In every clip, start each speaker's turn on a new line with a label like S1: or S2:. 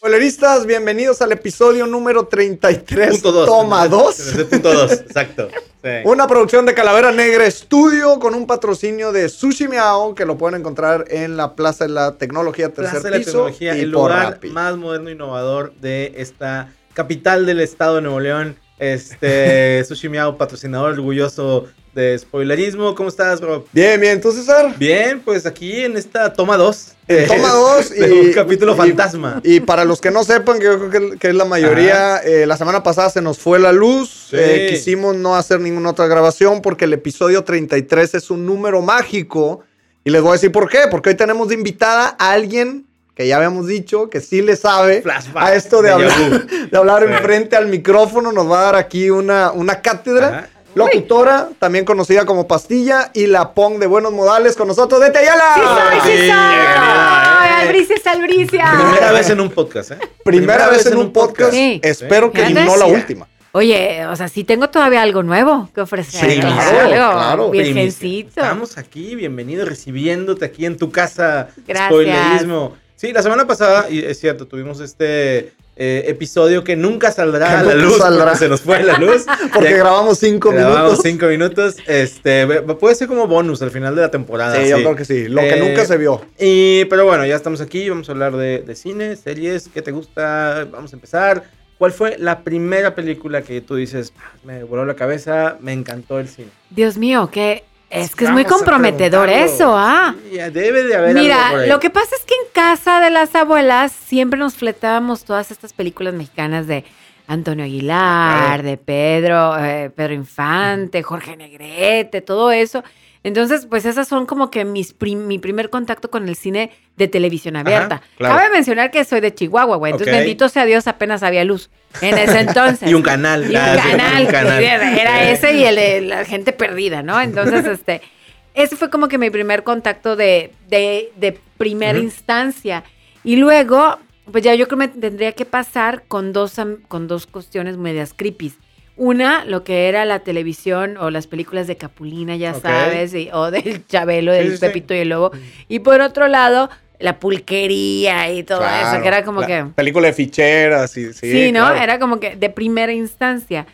S1: Boleristas, bienvenidos al episodio número 33,
S2: Punto dos.
S1: toma 2.
S2: Desde punto dos, exacto. Sí.
S1: Una producción de Calavera Negra Estudio con un patrocinio de Sushi Miao que lo pueden encontrar en la Plaza de la Tecnología, tercer
S2: Plaza de la
S1: piso
S2: tecnología,
S1: y
S2: el
S1: por
S2: lugar
S1: Rappi.
S2: más moderno e innovador de esta capital del estado de Nuevo León. Este, Sushi Miao, patrocinador orgulloso de spoilerismo. ¿Cómo estás, bro?
S1: Bien, bien, tú César.
S2: Bien, pues aquí en esta toma 2.
S1: En toma dos
S2: y
S1: y-
S2: un capítulo
S1: y-
S2: fantasma.
S1: Y para los que no sepan, que yo creo que, que es la mayoría, eh, la semana pasada se nos fue la luz.
S2: Sí.
S1: eh, quisimos no hacer ninguna otra grabación porque el episodio 33 es un número mágico. Y les voy a decir por qué. Porque hoy tenemos de invitada a alguien que ya habíamos dicho que sí le sabe
S2: Flashback
S1: a esto de
S2: de
S1: hablar, de hablar
S2: Sí.
S1: enfrente al micrófono. Nos va a dar aquí una, una cátedra.
S2: Ajá.
S1: Locutora, también conocida como Pastilla y la Pong de Buenos Modales con nosotros. ¡Dete Ayala!
S3: ¡Sí soy,
S2: Ah, sí,
S3: sí soy!
S2: bienvenida, eh.
S3: ¡Albricias,
S2: Primera
S3: albricias!
S2: vez en un podcast, ¿eh?
S1: Primera, vez en un podcast.
S3: Sí.
S1: Espero que
S3: Sí.
S1: y no la
S3: Gracias.
S1: última.
S3: Oye, o sea, sí tengo todavía algo nuevo que ofrecer.
S2: Sí,
S1: claro,
S3: Algo,
S1: claro.
S2: Primicia.
S3: Virgencito.
S2: Estamos aquí, bienvenido, recibiéndote aquí en tu casa.
S3: Gracias.
S2: Spoilerismo. Sí, la semana pasada, y es cierto, tuvimos este eh, episodio que nunca saldrá
S1: Que
S2: a la
S1: nunca
S2: luz.
S1: saldrá.
S2: porque Se nos fue la luz.
S1: Porque
S2: Ya
S1: grabamos cinco
S2: grabamos
S1: minutos.
S2: cinco minutos. Este, ve- puede ser como bonus al final de la temporada.
S1: ah, Sí, yo creo que sí. Lo que
S2: Eh,
S1: nunca se vio.
S2: Y, pero bueno, ya estamos aquí, vamos a hablar de, de cine, series, qué te gusta, vamos a empezar. ¿Cuál fue la primera película que tú dices, "Ah, me voló la cabeza, me encantó el cine?
S3: Dios mío, que es que es muy
S2: Vamos a
S3: comprometedor
S2: preguntarlo.
S3: eso, ¿ah?
S2: Sí, ya debe de haber algo por
S3: Mira,
S2: ahí.
S3: lo que pasa es que en casa de las abuelas siempre nos fletábamos todas estas películas mexicanas de Antonio Aguilar,
S2: Ah, Claro.
S3: de Pedro, eh, Pedro Infante, Jorge Negrete, todo eso. Entonces, pues esas son como que mis prim- mi primer contacto con el cine de televisión abierta.
S2: claro.
S3: Cabe mencionar que soy de Chihuahua, güey. Entonces,
S2: Ok.
S3: bendito sea Dios, apenas había luz en ese entonces.
S2: Y un canal.
S3: Y un
S2: ah, sí,
S3: canal,
S2: un canal. Eh.
S3: Era ese y el de la gente perdida, ¿no? Entonces, este, ese fue como que mi primer contacto de, de, de primera
S2: Ujú.
S3: instancia. Y luego, pues ya yo creo que me tendría que pasar con dos, am- con dos cuestiones medias creepies. Una, lo que era la televisión o las películas de Capulina, ya
S2: Ok.
S3: sabes, y- o del Chabelo,
S2: Sí,
S3: del
S2: sí, Mm. sí.
S3: Pepito y el Lobo. Y por otro lado, la pulquería y todo eso,
S1: Claro.
S3: que era como
S1: La
S3: que...
S1: Película de ficheras y sí.
S3: Sí, ¿no?
S1: claro.
S3: Era como que de primera instancia.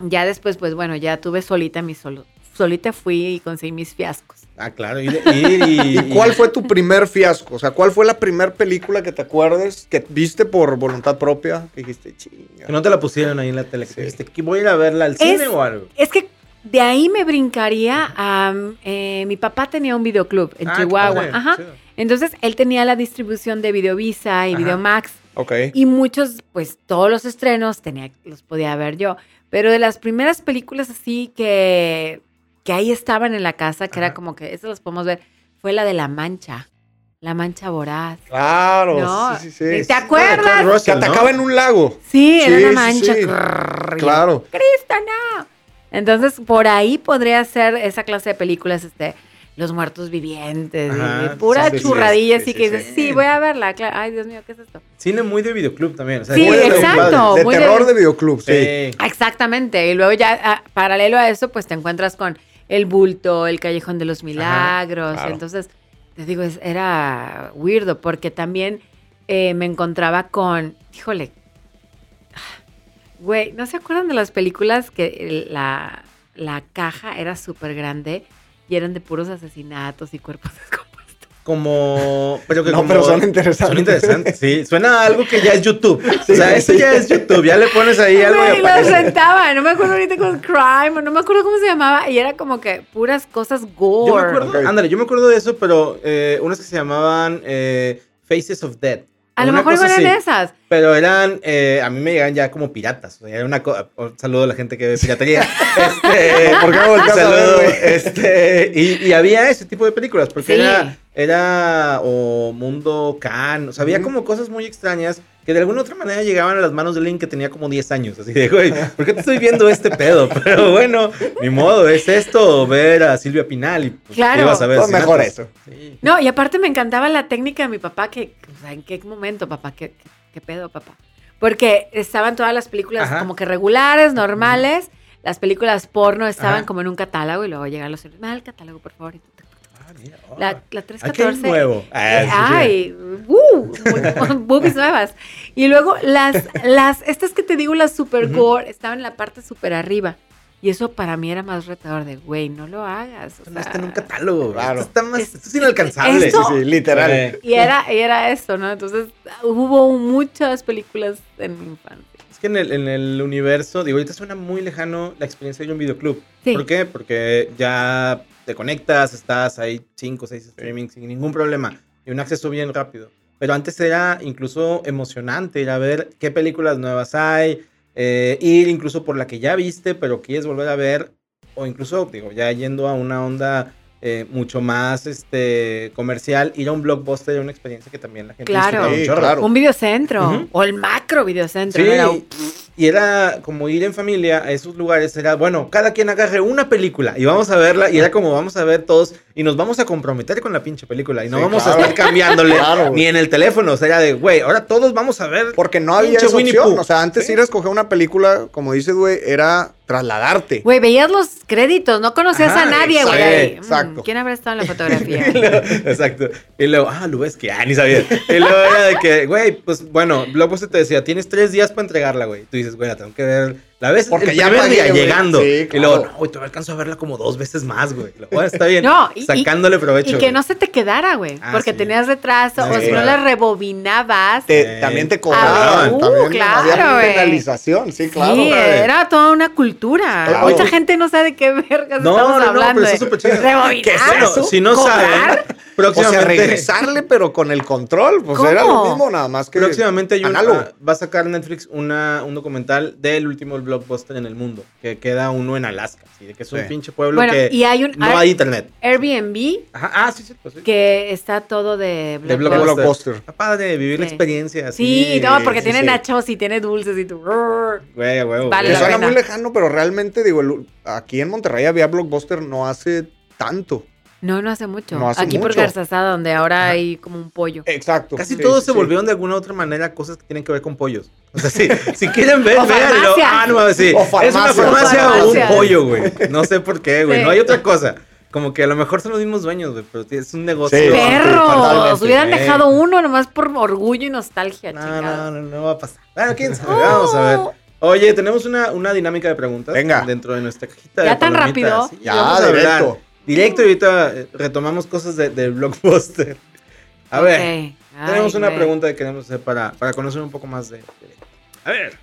S3: Ya después, pues bueno, ya tuve solita mi solo. Solita fui y conseguí mis fiascos.
S2: Ah, claro. Y, y-
S1: ¿Y cuál fue tu primer fiasco? O sea, ¿cuál fue la primera película que te acuerdes que viste por voluntad propia? Que dijiste,
S2: Que
S1: chinga.
S2: no te la pusieron ahí en la tele. que
S1: Sí.
S2: dijiste, "¿Qué, ¿Voy a ir a verla al cine o algo?
S3: Es que de ahí me brincaría a... mm, eh, mi papá tenía un videoclub en
S2: Ah, qué
S3: Chihuahua.
S2: padre,
S3: Ajá.
S2: chido.
S3: Entonces, él tenía la distribución de Videovisa y
S2: Ajá.
S3: Videomax.
S1: Ok.
S3: Y muchos, pues todos los estrenos tenía, los podía ver yo. Pero de las primeras películas así que, que ahí estaban en la casa, que
S2: Ajá.
S3: era como que, esas las podemos ver, fue la de La Mancha. La Mancha Voraz.
S1: Claro.
S3: No,
S1: sí, sí, sí.
S3: ¿te
S1: Sí,
S3: acuerdas?
S1: me acuerdo. Que
S2: Russell, ¿no?
S1: atacaba en un lago.
S3: Sí, era
S1: Sí,
S3: La
S1: sí,
S3: Mancha.
S1: sí.
S3: Crrr, y yo,
S1: Claro.
S3: "Cristo, no". Entonces, por ahí podría ser esa clase de películas, este, Los Muertos Vivientes, y-
S2: Ajá,
S3: y pura
S2: sí, sí,
S3: churradilla,
S1: sí,
S3: así
S1: sí,
S3: que
S1: sí.
S3: dices, sí, voy a verla. claro. Ay, Dios mío, ¿qué es esto?
S2: Cine muy de videoclub también. o sea,
S3: Sí,
S2: muy de
S3: exacto.
S1: De
S3: muy
S1: terror
S3: de-
S1: de videoclub, sí.
S2: Sí.
S3: Exactamente. Y luego ya, ah, paralelo a eso, pues te encuentras con El Bulto, El Callejón de los Milagros.
S1: claro.
S3: Entonces, te digo, es- era weirdo porque también eh, me encontraba con, híjole, güey, ¿no se acuerdan de las películas que el- la, la caja era súper grande y eran de puros asesinatos y cuerpos descompuestos?
S2: Como. Pero que
S1: No,
S2: como-
S1: pero son interesantes.
S2: Son interesantes, sí. Suena a algo que ya es YouTube. o sea,
S1: sí,
S2: esto
S1: sí.
S2: ya es YouTube. Ya le pones ahí algo y
S3: Güey, los
S2: aparece.
S3: rentaba, no me acuerdo ahorita con Crime, o no me acuerdo cómo se llamaba, y era como que puras cosas gore.
S2: Yo me acuerdo,
S1: Ok.
S2: ándale, yo me acuerdo de eso, pero eh, unas que se llamaban eh, Faces of Death.
S3: A lo
S2: Una
S3: mejor
S2: cosa
S3: igual
S2: así.
S3: eran esas.
S2: Pero eran, eh, a mí me llegaban ya como piratas. O sea, era una co- un saludo a la gente que ve piratería. Este,
S1: ¿Por qué me
S2: un
S1: volteas a ver,
S2: saludo,
S1: güey?
S2: este, y, y había ese tipo de películas, porque
S3: Sí.
S2: era, era o Mundo Can, o sea, había
S1: Ujú.
S2: como cosas muy extrañas que de alguna u otra manera llegaban a las manos de alguien que tenía como 10 años. Así de, güey, ¿por qué te estoy viendo este pedo? Pero bueno, ni modo, es esto, o ver a Silvia Pinal y pues,
S3: Claro.
S2: ibas a ver.
S1: Pues mejor
S2: asesinatos. Sí.
S3: No, y aparte me encantaba la técnica de mi papá, que, o sea, ¿en qué momento, papá? ¿Qué, qué- qué pedo, papá? Porque estaban todas las películas
S2: Ajá.
S3: como que regulares, normales. Las películas porno estaban
S2: Ajá.
S3: como en un catálogo y luego llegaban los... Me da el catálogo, por favor.
S2: Ah, mira,
S3: La, la
S2: Aquel
S3: 314.
S2: nuevo. Ah,
S3: eh,
S2: sí, sí.
S3: ay, uh, ¡wow! Boobies nuevas. Y luego las, las, estas que te digo, las super
S2: Ujú.
S3: gore, estaban en la parte super arriba. Y eso para mí era más retador de, güey, no lo hagas. o
S2: Esto no
S3: sea,
S2: está este en un catálogo.
S1: Claro.
S2: Esto está más, esto es inalcanzable.
S3: Esto-
S1: Sí, sí, literal.
S2: Eh,
S3: Y era, y era eso, ¿no? Entonces hubo muchas películas en mi infancia.
S2: Es que en el, en el universo, digo, ahorita suena muy lejano la experiencia de un videoclub.
S3: Sí.
S2: ¿Por qué? Porque ya te conectas, estás ahí 5 o 6 streaming sin ningún problema y un acceso bien rápido. Pero antes era incluso emocionante ir a ver qué películas nuevas hay, eh, ir incluso por la que ya viste, pero quieres volver a ver, o incluso, digo, ya yendo a una onda eh, mucho más este, comercial, ir a un blockbuster era una experiencia que también la gente
S3: Claro.
S2: disfrutaba un
S1: Sí,
S2: chorro.
S1: claro.
S3: Un videocentro
S2: Ujú.
S3: o el macro videocentro.
S2: Sí,
S3: ¿no? Era un-
S2: y era como ir en familia a esos lugares, era bueno, cada quien agarre una película y vamos a verla, y era como vamos a ver todos y nos vamos a comprometer con la pinche película y no
S1: Sí,
S2: vamos
S1: claro.
S2: a estar cambiándole
S1: Claro,
S2: ni
S1: güey.
S2: en el teléfono, o sea, era de, güey, ahora todos vamos a ver.
S1: Porque no había
S2: Pinche
S1: esa
S2: Winnie
S1: opción.
S2: Pooh.
S1: O sea, antes
S2: Sí.
S1: ir a escoger una película, como dices, güey, era trasladarte.
S3: Güey, veías los créditos, no conocías
S2: Ajá,
S3: a nadie, güey.
S1: exacto,
S3: ahí. Mm,
S1: exacto.
S3: ¿Quién habrá estado en la fotografía?
S2: Y luego- exacto. Y luego, ah, lo ves que, ah, ni sabía. Y luego era de que, güey, pues bueno, Blockbuster te decía, tienes tres días para entregarla, güey. Tú dices, güey, la tengo que ver. La ves
S1: Porque
S2: el
S1: ya
S2: primer
S1: pagué,
S2: día
S1: güey.
S2: llegando.
S1: Sí,
S2: Y luego,
S1: claro.
S2: no, güey, todavía alcanzo a verla como dos veces más, güey. Y luego, Bueno, está bien.
S3: No, y- y-
S2: sacándole provecho.
S3: Y que
S2: güey.
S3: no se te quedara, güey.
S2: Ah,
S3: porque
S2: sí.
S3: tenías retraso
S2: Sí,
S3: o si no
S2: claro.
S3: la rebobinabas.
S1: Te-
S2: Sí.
S1: También te
S2: Ah,
S1: cobraban.
S3: uh,
S1: también
S3: claro,
S1: había
S3: güey.
S1: penalización, sí, claro.
S3: sí, era toda una cultura.
S1: Claro.
S3: Mucha gente no sabe de qué vergas
S2: No,
S3: estamos
S2: no, no,
S3: hablando.
S2: pero
S3: eh.
S2: está súper chido.
S3: Rebobinar,
S1: ¿Qué es
S2: Bueno,
S1: eso?
S2: si no
S3: Ah, ¿Cobrar?
S2: saben,
S1: O sea,
S2: próximamente,
S1: regresarle, pero con el control. Pues era
S3: ¿Cómo?
S1: lo mismo, nada más que.
S2: próximamente hay un-
S1: análogo.
S2: ah, va a sacar Netflix una, un documental del último blockbuster en el mundo, que queda uno en Alaska, así de que es un
S1: Sí.
S2: pinche pueblo
S3: Bueno,
S2: que
S3: y hay un
S2: no hay internet.
S3: Airbnb
S2: Ajá, ah, sí, sí, pues sí.
S3: que está todo de
S2: De
S1: Era
S2: blockbuster.
S1: blockbuster.
S2: Está padre vivir la
S3: Sí.
S2: experiencia así.
S3: Sí, no, porque
S2: sí,
S3: tiene
S2: sí.
S3: nachos y tiene dulces y tú.
S2: Güey, güey,
S3: Vale
S1: Que
S3: la
S1: suena
S3: pena.
S1: muy lejano, pero realmente, digo, el- aquí en Monterrey había blockbuster no hace tanto.
S3: No, no hace mucho.
S1: No hace
S3: Aquí por
S1: mucho.
S3: Garzasada, donde ahora hay como un pollo.
S1: Exacto.
S2: Casi
S1: Sí,
S2: todos
S1: sí,
S2: se
S1: sí.
S2: volvieron de alguna u otra manera cosas que tienen que ver con pollos. O sea, sí, si quieren ver,
S3: O
S2: véanlo.
S3: farmacias.
S2: Ah, no mames, sí.
S1: O
S2: Es una
S1: farmacias.
S2: farmacia o,
S3: O
S2: un
S3: farmacias.
S2: pollo, güey. No sé por qué, güey.
S3: Sí.
S2: No hay otra cosa. Como que a lo mejor son los mismos dueños, güey, pero es un negocio.
S1: Sí,
S3: ¡Perros!
S1: totalmente,
S3: Hubieran
S2: güey.
S3: dejado uno nomás por orgullo y nostalgia,
S2: Eh. No,
S3: chingado.
S2: no, no, no va a pasar. Bueno, quién sabe.
S3: Oh.
S2: Vamos a ver. Oye, tenemos una, una dinámica de preguntas
S1: Venga.
S2: dentro de nuestra cajita.
S3: ¿Ya
S2: de
S3: tan
S2: palomitas.
S3: rápido?
S2: Sí,
S1: Ya,
S2: vamos a
S1: directo.
S2: hablar. Directo y ahorita eh, retomamos cosas de- del blockbuster. A ver.
S3: Ok.
S2: Tenemos
S3: Ay,
S2: una
S3: güey.
S2: pregunta que queremos hacer para, para conocer un poco más de, de- A ver.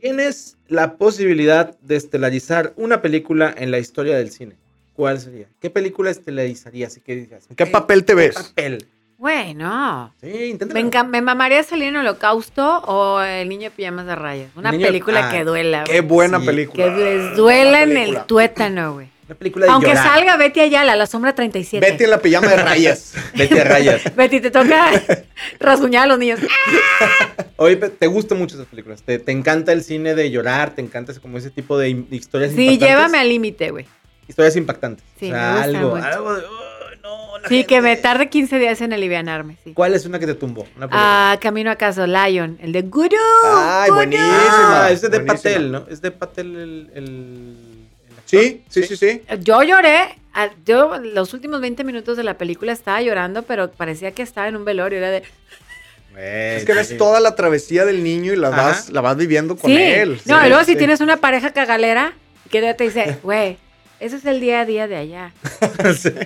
S2: Tienes la posibilidad de estelarizar una película en la historia del cine. ¿Cuál sería? ¿Qué película estelarizarías? ¿Y qué dirías?
S1: ¿Qué
S2: "Ey,
S1: papel te
S2: ¿Qué
S1: ves?
S2: papel?
S3: Güey, no.
S2: Sí, inténtalo.
S3: Me, enca- me mamaría salir en Holocausto o El Niño de Pijamas de Rayas. Una
S2: Niño-
S3: película
S2: ah,
S3: que duela,
S1: Qué
S3: güey.
S1: buena
S2: Sí.
S1: película.
S3: Que les duela en
S1: película.
S3: el tuétano, güey.
S2: Una película de
S3: Aunque
S2: llorar.
S3: salga Betty Ayala, La Sombra 37.
S1: Betty en la pijama de rayas.
S2: Vete a rayas.
S3: Betty, te toca rasguñar a los niños.
S2: Oye, pe- te gustan mucho esas películas. ¿Te, te encanta el cine de llorar, te encanta ese- como ese tipo de im- historias
S3: Sí,
S2: impactantes.
S3: llévame al límite, güey.
S2: Historias impactantes.
S3: Sí,
S2: o sea,
S3: me gusta
S2: algo,
S3: mucho.
S2: algo de... "Uy, no, la
S3: Sí, que me
S2: gente".
S3: tarde 15 días en alivianarme, sí.
S2: ¿Cuál es una que te tumbó? Una película.
S3: Ah, camino a casa, Lion, el de Guru.
S1: Ay,
S3: Guru.
S1: buenísima.
S2: Ah, es de
S1: buenísima.
S2: Patel, ¿no? Es de Patel el. el- el actor.
S1: Sí, sí, sí, sí.
S3: Yo lloré. ah, Yo los últimos 20 minutos de la película estaba llorando, pero parecía que estaba en un velorio. Era de,
S2: Güey,
S1: Es que ves
S2: sí.
S1: toda la travesía del niño y la
S2: Ajá.
S1: vas, la vas viviendo con
S3: sí.
S1: él.
S3: no,
S1: Sí,
S3: y luego si
S1: sí.
S3: tienes una pareja cagalera, que ya te dice, güey, eso es el día a día de allá.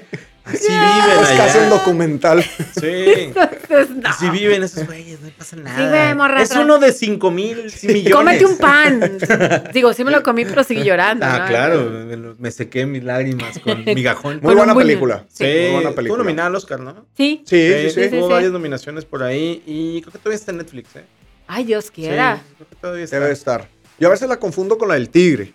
S2: Sí. Así viven
S1: Es casi un
S2: allá.
S1: documental.
S2: Sí.
S3: Entonces, no.
S2: Así viven esos güeyes, no pasa nada.
S3: güey, morra,
S2: es
S3: tra-
S2: uno de cinco mil millones.
S3: Cómete un pan. Digo, sí me lo comí, pero seguí llorando.
S2: Ah,
S3: ¿no?
S2: claro, me, lo- me sequé mis lágrimas con migajón.
S1: Muy
S3: un
S1: buena
S3: buño.
S1: película.
S2: Sí,
S1: muy buena
S2: Estuvo
S1: película.
S2: nominada al Oscar, ¿no?
S3: Sí.
S1: Sí, sí, sí.
S3: sí,
S2: Hubo
S3: sí.
S2: varias nominaciones por ahí y creo que todavía está en Netflix, ¿eh?
S3: Ay, Dios
S2: Sí,
S3: quiera.
S2: creo que todavía está.
S1: Debe estar. Yo a veces la confundo con la del tigre.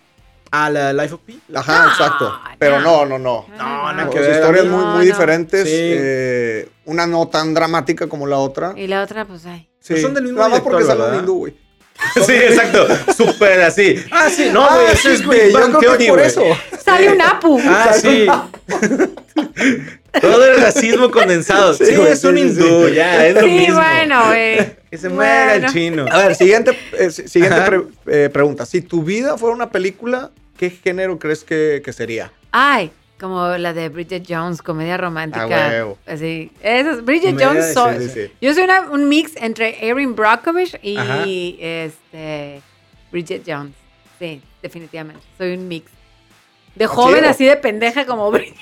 S2: Ah, la Life of Pi.
S1: Ajá,
S3: No,
S1: exacto.
S3: no.
S1: Pero no, no, no.
S2: No, nada
S1: Las
S2: Ah, que ver,
S1: historias
S2: amigo.
S1: muy,
S3: No,
S1: muy
S3: no.
S1: diferentes.
S2: Sí.
S1: eh, una no tan dramática como la otra.
S3: Y la otra, pues, ay.
S1: Sí.
S2: Son del mismo
S1: Nada más
S2: director,
S1: porque sale
S2: ¿verdad?
S1: un hindú, güey.
S2: Sí, exacto. Súper así. Ah, sí, no, güey.
S1: Ah,
S2: ese es
S1: sí, güey,
S2: Big
S1: Yo
S2: Bang
S1: creo que
S2: Theory,
S1: por
S2: güey.
S1: eso.
S3: Sale un apu.
S2: Ah, sí. Todo el racismo condensado. Sí,
S1: Sí, güey,
S2: es un
S1: sí, sí,
S2: hindú,
S1: sí.
S2: ya, es lo
S3: sí,
S2: mismo.
S3: bueno, güey.
S2: Que se muera
S3: Bueno.
S2: el chino.
S1: A ver, siguiente, eh, si- siguiente
S2: Ajá.
S1: pre- eh, pregunta. Si tu vida fuera una película, ¿qué género crees que, que sería?
S3: Ay, Como la de Bridget Jones, comedia
S1: Ah,
S3: romántica.
S1: huevo.
S3: así. Esas, Bridget
S2: Comedia
S3: Jones.
S2: de-
S3: so-
S1: Sí, sí, sí.
S3: Yo soy una- un mix entre Erin Brockovich y
S2: Ajá.
S3: este, Bridget Jones. Sí, definitivamente. Soy un mix. De joven,
S1: chido.
S3: así de pendeja como Bridget.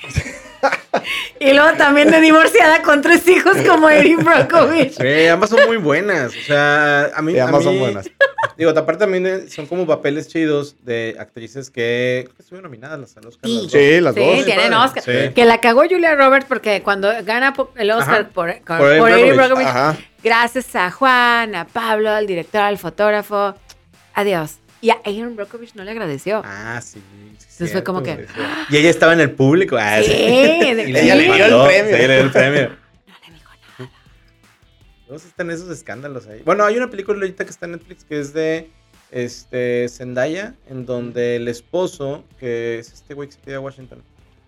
S3: y luego también de divorciada con tres hijos como Erin Brockovich.
S2: Güey, Eh, ambas son muy buenas. O sea, a mí.
S1: Sí,
S2: a
S1: ambas son
S2: mí-
S1: buenas.
S2: Digo, aparte también eh, son como papeles chidos de actrices que creo que estuvieron nominadas las al Oscar.
S3: Sí.
S2: las dos.
S1: Sí, las
S3: Sí,
S1: dos.
S3: tienen
S2: padre.
S3: Oscar.
S2: Sí.
S3: Que la cagó Julia Roberts porque cuando gana po- el Oscar
S2: Ajá.
S3: por, con-
S2: Por Erin
S3: por Erin
S2: Brockovich.
S3: Brockovich,
S1: Ajá.
S3: gracias a Juan, a Pablo, al director, al fotógrafo. Adiós. Y a Erin Brockovich no le agradeció.
S2: Ah, sí. sí,
S3: Entonces fue como que-
S2: sí, sí. Y ella estaba en el público. Ah,
S3: Sí, de-
S2: Y
S1: Ella le dio el
S2: mandó,
S1: premio.
S2: sí, le dio el premio.
S3: No le dijo nada.
S2: Todos están esos escándalos ahí. Bueno, hay una película ahorita que está en Netflix que es de este, Zendaya, en donde el esposo, que es este güey que se pide a Washington,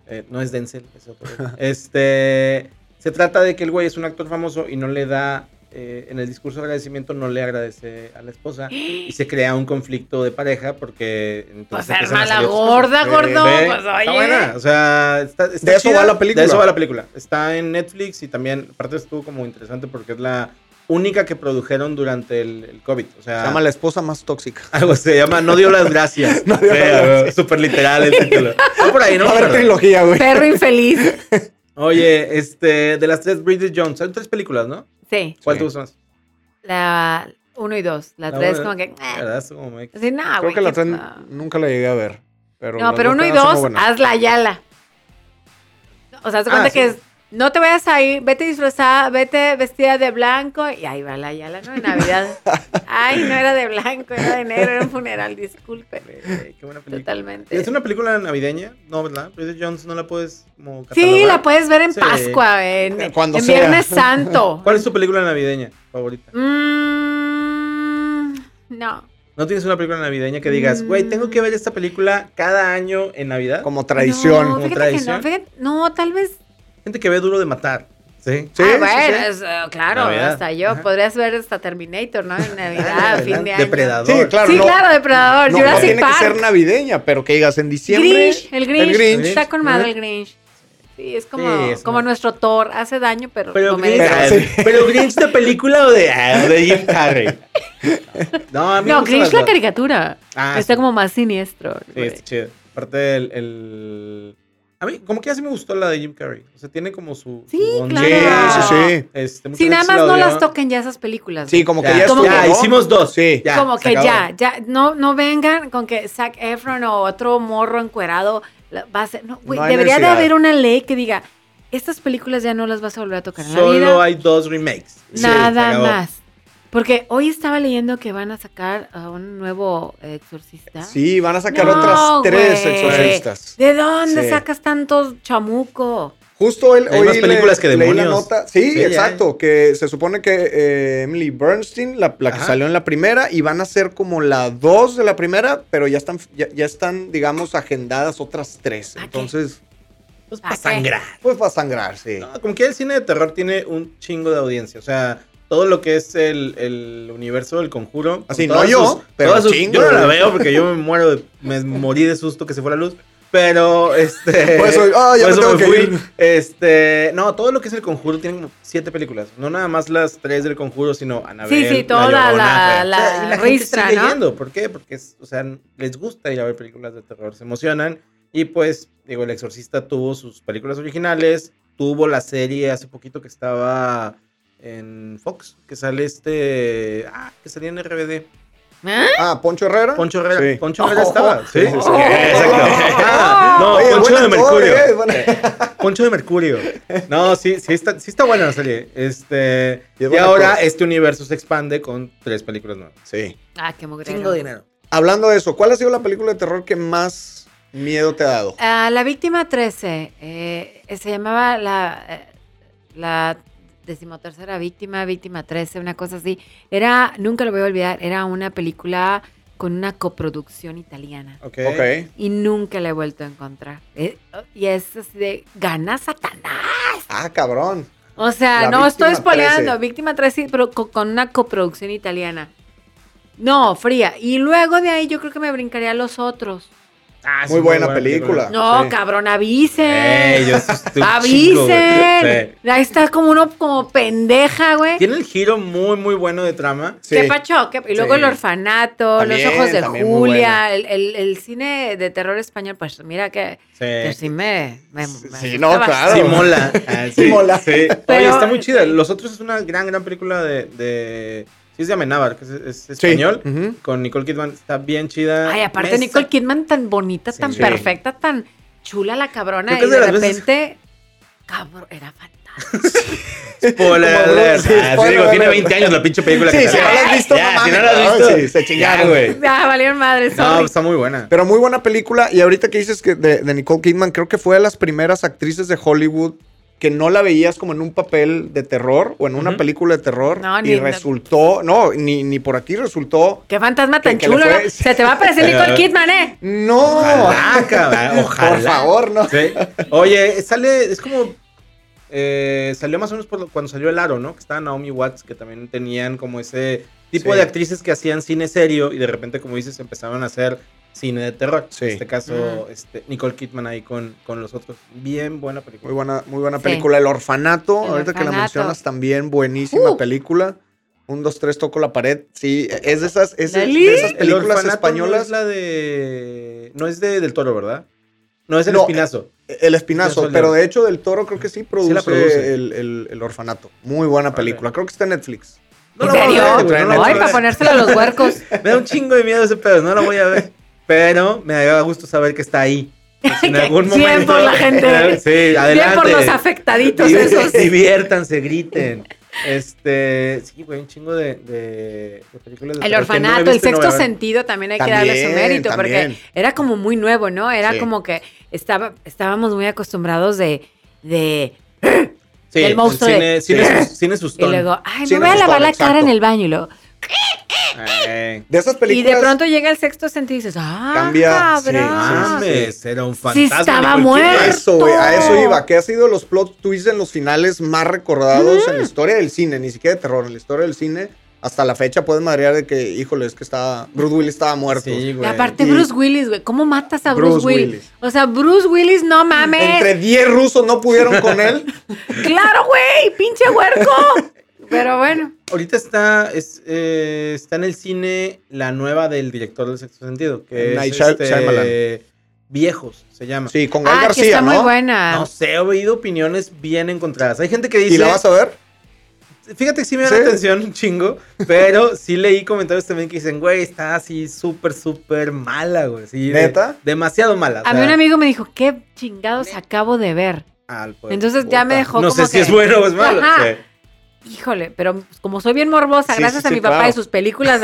S2: eh, no es Denzel, es otro. güey. este, se trata de que el güey es un actor famoso y no le da, eh, en el discurso de agradecimiento, no le agradece a la esposa y se crea un conflicto de pareja porque.
S3: Pues
S2: entonces empiezan a
S3: arma la
S2: salir-
S3: gorda,
S1: Sí,
S3: gordo.
S2: Ve,
S3: Pues
S2: Está
S3: oye.
S2: buena, o sea, está, está
S1: De eso va la película.
S2: De eso va la película. Está en Netflix y también, aparte estuvo como interesante porque es la única que produjeron durante el, el COVID. O sea,
S1: Se llama la esposa más tóxica.
S2: algo se llama No dio las gracias.
S1: No dio
S2: Sí,
S1: las gracias.
S2: Súper literal el título. Está por ahí, ¿no?
S1: Va a haber
S2: Pero-
S1: trilogía, güey.
S3: Perro infeliz.
S2: Oye, este, de las tres Bridget Jones, son tres películas, ¿no?
S3: Sí.
S2: ¿Cuál
S1: Sí.
S2: te gusta más?
S3: La 1 y 2. La
S2: La
S3: 3
S2: uno-
S3: como que...
S2: La
S3: eh.
S2: verdad, es como me-
S3: Así, no,
S1: Creo
S3: güey,
S1: que la
S3: qué
S1: tres
S3: pa-
S1: nunca la llegué a ver. Pero
S3: No, pero
S1: 1
S3: 1 y 2, hazla yala. O sea, se cuenta
S2: Ah,
S3: que
S2: sí.
S3: es... No te vayas a ir, vete disfrazada, vete vestida de blanco. Y ahí va la yala, ¿no? En Navidad. Ay, no era de blanco, era de negro, era un funeral, disculpen.
S2: Eh, Qué buena película.
S3: Totalmente.
S2: ¿Es una película navideña? No, ¿verdad? Bridget Jones no la puedes como
S3: Sí,
S2: catalogar.
S3: la puedes ver en
S2: Sí.
S3: Pascua, en,
S1: Cuando
S3: en
S1: sea.
S3: Viernes Santo.
S2: ¿Cuál es tu película navideña favorita?
S3: Mm, no.
S2: ¿No tienes una película navideña que digas, güey, tengo que ver esta película cada año en Navidad?
S1: Como traición.
S3: ah, No,
S2: Como
S3: fíjate
S2: tradición.
S3: que no, fíjate- no, tal vez.
S2: Gente que ve Duro de Matar. Sí.
S1: Sí,
S3: Ah,
S1: sí,
S3: bueno,
S1: sí.
S3: es, eh, claro,
S2: Navidad.
S3: hasta yo.
S2: Ajá.
S3: Podrías ver hasta Terminator, ¿no? En Navidad,
S2: Ah,
S3: fin de
S2: ¿verdad?
S3: año.
S2: Depredador.
S1: Sí, claro.
S3: Sí,
S1: no,
S3: claro, Depredador,
S1: no, no
S3: Jurassic
S1: tiene
S3: Park.
S1: que ser navideña, pero que digas en diciembre.
S3: Grinch, el Grinch,
S1: Grinch.
S3: Está con madre el Grinch. Sí, es como,
S2: Sí, es
S3: como
S2: una-
S3: nuestro Thor. Hace daño, pero,
S2: Pero
S3: lo
S2: Grinch,
S3: merece.
S1: Pero
S2: ah,
S1: sí.
S2: pero Grinch de película o de, ah, de Jim Carrey. No, a mí me
S3: No,
S2: gustan
S3: Grinch
S2: las
S3: la
S2: dos.
S3: caricatura.
S2: Ah,
S3: Está
S2: sí.
S3: como más siniestro.
S2: Sí,
S3: güey.
S2: está chido. Aparte, el, el- A mí, como que ya sí me gustó la de Jim Carrey. O sea, tiene como su.
S3: Sí,
S2: su onda.
S1: Sí, sí,
S3: Claro.
S1: sí.
S2: Este, muchas
S3: Si nada
S2: veces
S3: más
S2: la
S3: no
S2: odiaba.
S3: las toquen ya esas películas.
S1: Sí, como que
S2: Ya,
S1: ya, estuvo,
S2: ya,
S1: ¿no?
S2: hicimos dos.
S1: Sí.
S2: Ya,
S3: como
S2: se
S3: que
S2: acabó.
S3: ya, ya, no, no vengan con que Zac Efron o otro morro encuerado la- va a ser. No, güey,
S1: No hay
S3: debería de
S1: necesidad.
S3: haber una ley que diga, estas películas ya no las vas a volver a tocar en la
S2: Solo
S3: vida.
S2: hay dos remakes. Sí, se
S3: nada
S2: acabó.
S3: más. Porque hoy estaba leyendo que van a sacar a un nuevo exorcista.
S1: Sí, van a sacar
S3: No,
S1: otras tres
S3: güey.
S1: exorcistas.
S3: ¿De dónde
S1: Sí.
S3: sacas tantos chamuco?
S1: Justo él
S2: Hay
S1: hoy
S2: más películas que
S1: leí la
S2: demonios.
S1: nota. Sí,
S2: Sí, ya.
S1: exacto. Que se supone que eh, Emily Bernstein, la, la que
S2: Ajá.
S1: salió en la primera, y van a ser como la dos de la primera, pero ya están, ya, ya están, digamos, agendadas otras tres.
S2: Ah,
S3: ¿Pa' qué?
S1: Entonces,
S2: Pues
S3: ¿Pa'
S2: para
S3: qué?
S2: sangrar.
S1: pues va a sangrar, sí.
S2: No, como que el cine de terror tiene un chingo de audiencia. O sea, todo lo que es el, el universo del conjuro. con
S1: Así,
S2: todas
S1: Ah, no yo, pero
S2: todas sus-
S1: chingo,
S2: Yo no la
S1: güey.
S2: veo porque yo me muero, de- me morí de susto que se fue la luz. Pero, este.
S1: Por eso, ah, ya
S2: por
S1: me
S2: eso
S1: tengo que
S2: fui.
S1: ir.
S2: Este. No, todo lo que es el conjuro tiene como siete películas. No nada más las tres del conjuro, sino Anabel.
S3: Sí, sí, toda
S2: la,
S3: la-
S2: Llorona, pues. güey.
S3: la
S2: O sea, y la gente está
S3: ristra, ¿no?
S2: leyendo. ¿Por qué? Porque, es- o sea, les gusta ir a ver películas de terror, se emocionan. Y pues, digo, El Exorcista tuvo sus películas originales, tuvo la serie hace poquito que estaba en Fox, que sale este. Ah, que salía en RBD.
S3: ¿Ah?
S1: Ah, Poncho Herrera.
S2: Poncho Herrera.
S1: Sí.
S2: Poncho Herrera estaba. Oh, Sí,
S1: sí, sí.
S2: oh, Ah, no,
S1: Oye,
S2: Poncho
S1: buen
S2: de
S1: actor,
S2: Mercurio.
S1: eh, buen-
S2: Poncho de Mercurio. No, sí, sí está, sí está buena la serie. Este,
S1: Y es
S2: y
S1: buena
S2: ahora
S1: actor.
S2: este universo se expande con tres películas nuevas.
S1: Sí.
S3: Ah, qué mugrero.
S2: dinero.
S1: Hablando de eso, ¿cuál ha sido la película de terror que más miedo te ha dado?
S3: Ah, la víctima 13 eh, se llamaba la, eh, la decimotercera víctima, víctima 13, una cosa así. Era, nunca lo voy a olvidar, era una película con una coproducción italiana.
S2: Ok.
S1: Ok.
S3: Y nunca la he vuelto a encontrar. Eh, y es así de ganas Satanás.
S1: Ah, cabrón.
S3: O sea,
S1: La
S3: no estoy
S1: Víctima 13.
S3: spoileando. Víctima 13, pero co- con una coproducción italiana. No, fría. Y luego de ahí yo creo que me brincaría a los otros.
S2: Ah, es
S1: Muy buena película.
S3: No,
S1: Ah, Sí.
S3: cabrón, avisen.
S2: Eh, yo estoy chico, güey.
S3: avisen.
S2: Sí.
S3: Ahí está como uno como pendeja, güey.
S2: Tiene el giro muy, muy bueno de trama.
S1: Sí.
S3: ¿Qué pacho? ¿Qué- Y luego
S2: Sí.
S3: el orfanato,
S1: También,
S3: los ojos de
S1: también muy buena.
S3: Julia, el, el- el cine de terror español, pues mira que, que
S2: Sí.
S3: Pues sí me, me- me
S1: Sí, no,
S3: asusta
S1: claro.
S2: Eh, Sí,
S3: bastante.
S2: mola. Ah, sí,
S1: Sí, mola.
S2: sí. Oye,
S3: Pero-
S2: está muy chida. Los otros es una gran, gran película de. de sí, es de Amenábar, que es, es
S1: Sí.
S2: español.
S1: Ujú.
S2: Con Nicole Kidman. Está bien chida.
S3: Ay, aparte
S2: Me
S3: Nicole
S2: sa-
S3: Kidman tan bonita,
S2: Sí.
S3: tan
S1: Sí.
S3: perfecta, tan chula la cabrona
S2: Creo que
S3: y
S2: es de
S3: de
S2: las veces-
S3: repente, cabrón, era fantasma.
S2: Spoiler
S1: Como
S2: alert.
S1: Bruce, sí,
S2: Ah, sí,
S1: spoiler
S2: digo, tiene
S1: alert.
S2: 20 años la pinche película
S1: Sí,
S2: que
S1: si no
S2: salió.
S1: la has visto,
S2: Ya,
S1: no
S2: si no
S1: mames,
S2: la has
S1: ¿no?
S2: visto.
S1: Sí, se chingaron.
S2: ya, güey.
S3: Ah, valieron madre,
S2: No, pues,
S3: sorry.
S2: está muy buena.
S1: Pero muy buena película. Y ahorita que dices que de, de Nicole Kidman, creo que fue de las primeras actrices de Hollywood que no la veías como en un papel de terror o en una
S2: Ujú.
S1: película de terror.
S3: No,
S1: y
S3: ni-
S1: resultó, no, ni, ni por aquí resultó.
S3: Qué fantasma tan
S1: Que- que le
S3: chulo,
S1: fue-
S3: ¿no? Se te va a aparecer Nicole Kidman, ¿eh?
S1: No,
S2: Ojalá, cabrón, ojalá.
S1: por favor, no.
S2: Sí. Oye, sale, es como. eh, salió más o menos por lo- cuando salió El Aro, ¿no? Que estaba Naomi Watts, que también tenían como ese tipo
S1: Sí.
S2: de actrices que hacían cine serio y de repente, como dices, empezaron a hacer cine de terror.
S1: Sí.
S2: En este caso,
S3: Ujú.
S2: este, Nicole Kidman ahí con, con los otros. Bien buena película.
S1: Muy buena, muy buena
S3: Sí.
S1: película. El Orfanato,
S3: El
S1: ahorita que la
S3: Orfanato.
S1: mencionas también, buenísima
S3: Uh.
S1: película. Un, dos, tres, toco la pared. Sí, es de esas, es de-
S3: Dalí.
S1: de esas
S2: El
S1: películas
S2: Orfanato No es
S1: españolas.
S2: la de. No es de Del Toro, ¿verdad? No es el
S1: No,
S2: espinazo.
S1: El Espinazo,
S2: Orfanato.
S1: pero de hecho Del Toro creo que sí produce,
S2: la produce.
S1: El, el- el Orfanato. Muy buena
S2: Órale.
S1: película. Creo que está en Netflix.
S2: No
S3: ¿En
S2: la voy a
S3: serio?
S2: ver, güey, no la voy a
S3: Ay,
S2: ver.
S3: para ponérselo a los huercos.
S2: Me da un chingo de miedo ese pedo, no la voy a ver. Pero me da gusto saber que está ahí. Pues, en
S3: Que
S2: algún momento.
S3: bien por la gente.
S2: Sí,
S3: Bien
S2: adelante.
S3: por los afectaditos
S2: Divi-
S3: esos.
S2: Diviértanse, griten. Este, sí, güey, un chingo de, de- de películas de
S3: El
S2: terror que no he
S3: orfanato, el
S2: visto y no
S3: sexto
S2: voy a ver.
S3: sentido también hay que darle su
S1: También,
S3: mérito,
S1: también.
S3: porque era como muy nuevo, ¿no? Era
S1: Sí.
S3: como que estaba, estábamos muy acostumbrados de, de
S2: Sí,
S3: del monstruo
S2: Cine,
S3: de-
S2: cine,
S1: Sí.
S2: sus- cine
S3: y
S2: sustón.
S3: luego, ay,
S1: Sí,
S3: me voy a
S1: nos gustó,
S3: lavar la cara en
S1: exacto.
S3: el baño y luego,
S2: Ay,
S1: De esas
S3: y
S1: películas.
S3: de pronto llega el sexto sentido y dices, ah,
S1: Cambia,
S3: cabrón.
S2: mames, era un fantasma.
S3: ¡ah! Sí, estaba
S2: Nicole Kidman.
S1: a
S3: muerto.
S1: eso, güey, a eso iba, que ha sido los plot twists en los finales más recordados en la historia del cine, ni siquiera de terror, en la historia del cine. Hasta la fecha puedes madrear de que, híjole, es que estaba. Bruce Willis estaba muerto.
S2: Sí,
S3: Y
S2: güey.
S3: aparte
S1: Y-
S3: Bruce Willis, güey, ¿cómo matas a Bruce,
S1: Bruce
S3: Willis?
S1: Willis.
S3: O sea, Bruce Willis, no mames.
S1: Entre 10 rusos no pudieron con él.
S3: Claro, güey, pinche huerco. Pero bueno,
S2: Ahorita está, es, eh, está en el cine la nueva del director del sexto sentido, que
S1: Night
S2: es
S1: Shy-
S2: este,
S1: Eh, Shyamalan.
S2: Viejos, se llama.
S1: Sí, con Gael
S3: ah, que
S1: García,
S3: está
S1: ¿no?
S3: muy buena.
S2: No sé, he oído opiniones bien encontradas. Hay gente que
S1: ¿Y
S2: dice,
S1: la vas a ver?
S2: fíjate que sí me da
S1: ¿Sí?
S2: atención un chingo, pero sí leí comentarios también que dicen, güey, está así súper, súper mala, güey. Sí, de-
S1: ¿Neta?
S2: demasiado mala. o
S3: A mí
S2: sea,
S3: un amigo me dijo, qué chingados acabo de ver.
S2: al poder-
S3: Entonces ya me dejó
S2: No
S3: como
S2: sé si
S3: que-
S2: es bueno o es malo.
S3: Ajá.
S2: sí.
S3: Híjole, pero pues, como soy bien morbosa,
S1: Sí,
S3: gracias
S1: sí,
S3: a
S1: sí,
S3: mi papá
S1: claro.
S3: y sus películas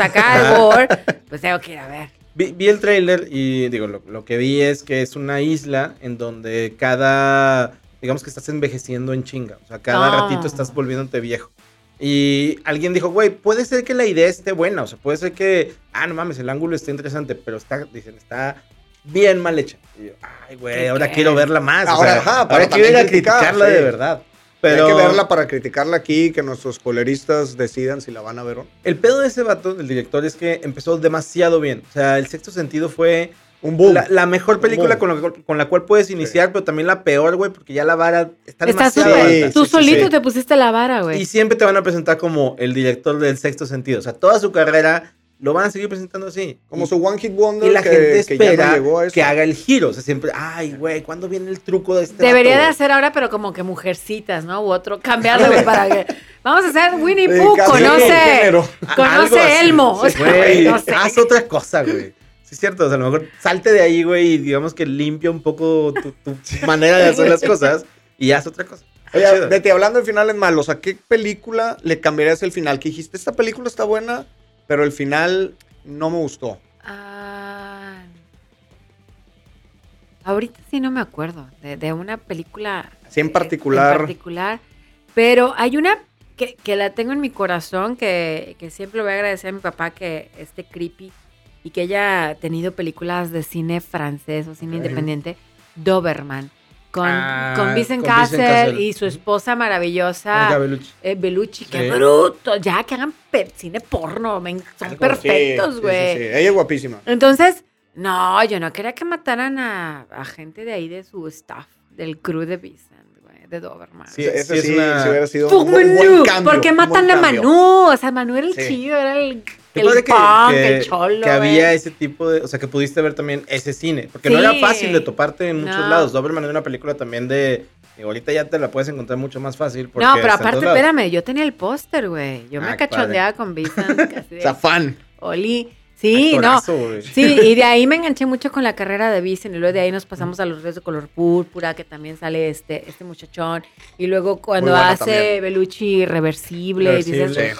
S3: acá de gore, pues tengo que ir a ver.
S2: Vi, vi el trailer y digo, lo, lo que vi es que es una isla en donde cada, digamos que estás envejeciendo en chinga, o sea, cada
S3: Ah.
S2: ratito estás volviéndote viejo. Y alguien dijo, güey, puede ser que la idea esté buena, o sea, puede ser que, ah, no mames, el ángulo está interesante, pero está, dicen, está bien mal hecha. Y yo, ay, güey,
S3: ¿Qué
S2: ahora
S3: qué?
S2: quiero verla más.
S1: Ahora,
S2: Ahora,
S1: ajá, para
S2: ahora quiero ir
S1: también
S2: a
S1: criticar,
S2: criticarla de
S1: sí.
S2: verdad.
S1: Pero...
S2: Pero
S1: Hay que verla para criticarla aquí, que nuestros coleristas decidan si la van a ver o no.
S2: el pedo de ese vato, del director, es que empezó demasiado bien. O sea, el sexto sentido fue
S1: Un boom.
S2: La, la mejor película
S1: Boom.
S2: con, la, con la cual puedes iniciar, pero también la peor, güey, porque ya la vara está
S3: Está
S2: demasiado
S3: súper-
S2: alta.
S3: Tú
S1: sí, sí,
S3: solito
S1: sí.
S3: te pusiste la vara,
S2: Y
S3: güey.
S2: siempre te van a presentar como el director del sexto sentido. O sea, toda su carrera lo van a seguir presentando así.
S1: Como
S2: Y-
S1: su One Hit Wonder
S2: y la
S1: que,
S2: gente
S1: que ya no
S2: espera que,
S1: llegó a eso.
S2: haga el giro. O sea, siempre, ay, güey, ¿cuándo viene el truco de este
S3: Debería de
S2: vato,
S3: hacer ahora, pero como que mujercitas, ¿no? U otro, cambiarlo, güey, para que... Vamos a hacer Winnie
S1: Eh,
S3: Pooh,
S1: casi de
S3: conoce,
S1: género.
S2: güey? Ah, algo
S3: conoce
S2: así.
S3: Elmo. O
S2: Sí,
S3: sea,
S2: güey,
S3: no sé.
S2: haz otra cosa, güey. Sí, es cierto. O sea, a lo mejor salte de ahí, güey, y digamos que limpia un poco tu, tu manera de hacer las cosas y haz otra cosa.
S1: Oye,
S2: Chido.
S1: Betty, hablando de finales malos, ¿a qué película le cambiarías el final? Que dijiste, esta película está buena, pero el final no me gustó.
S3: Ah, ahorita sí no me acuerdo de, de una película.
S1: Sí, en
S3: eh,
S1: particular.
S3: en particular. Pero hay una que, que la tengo en mi corazón, que, que siempre voy a agradecer a mi papá que esté creepy y que haya tenido películas de cine francés o cine
S2: Ok.
S3: independiente, Doberman, con,
S2: Ah,
S3: con Vincent
S2: con Vincent
S3: Cassel,
S2: Cassel.
S3: y su esposa
S2: Con
S3: maravillosa.
S2: Gabelucci.
S3: eh, Bellucci, qué
S2: Sí.
S3: bruto. Ya que hagan pe- cine porno, men, son
S1: Algo-
S3: perfectos,
S1: sí,
S3: güey.
S1: sí, sí, sí. Ella es guapísima.
S3: Entonces, No, yo no quería que mataran a, a gente de ahí de su staff, del crew de Vincent, güey, de Doberman.
S2: Sí,
S1: ese
S2: es
S1: sí,
S2: una-
S1: sí hubiera sido
S3: Fuck
S1: un buen, buen
S3: Manu,
S1: cambio.
S3: ¿Por qué
S1: un buen
S3: matan a
S1: cambio.
S3: Manu? O sea, Manu era el
S1: Sí.
S3: chido, era el,
S2: Qué
S3: el
S2: padre
S3: punk,
S2: que- que-
S3: el cholo.
S2: que
S3: güey.
S2: había ese tipo de. O sea, que pudiste ver también ese cine. Porque no
S3: Sí.
S2: era fácil de toparte en muchos
S3: No.
S2: lados. Doberman era una película también de. digo, ahorita ya te la puedes encontrar mucho más fácil. porque
S3: No, pero
S2: está en
S3: aparte,
S2: todos lados.
S3: espérame, yo tenía el póster, güey. Yo
S2: Ah,
S3: me
S2: qué
S3: cachondeaba con Vincent. así
S1: O
S3: de,
S1: sea, fan.
S3: Oli. Sí, no.
S2: Actorazo, güey.
S3: Sí, y de ahí me enganché mucho con la carrera de Vicen y luego de ahí nos pasamos a los Reyes de color púrpura, que también sale este, este muchachón. Y luego cuando
S1: buena
S3: hace
S1: también.
S3: Belucci irreversible, y dices,
S2: Irreversible.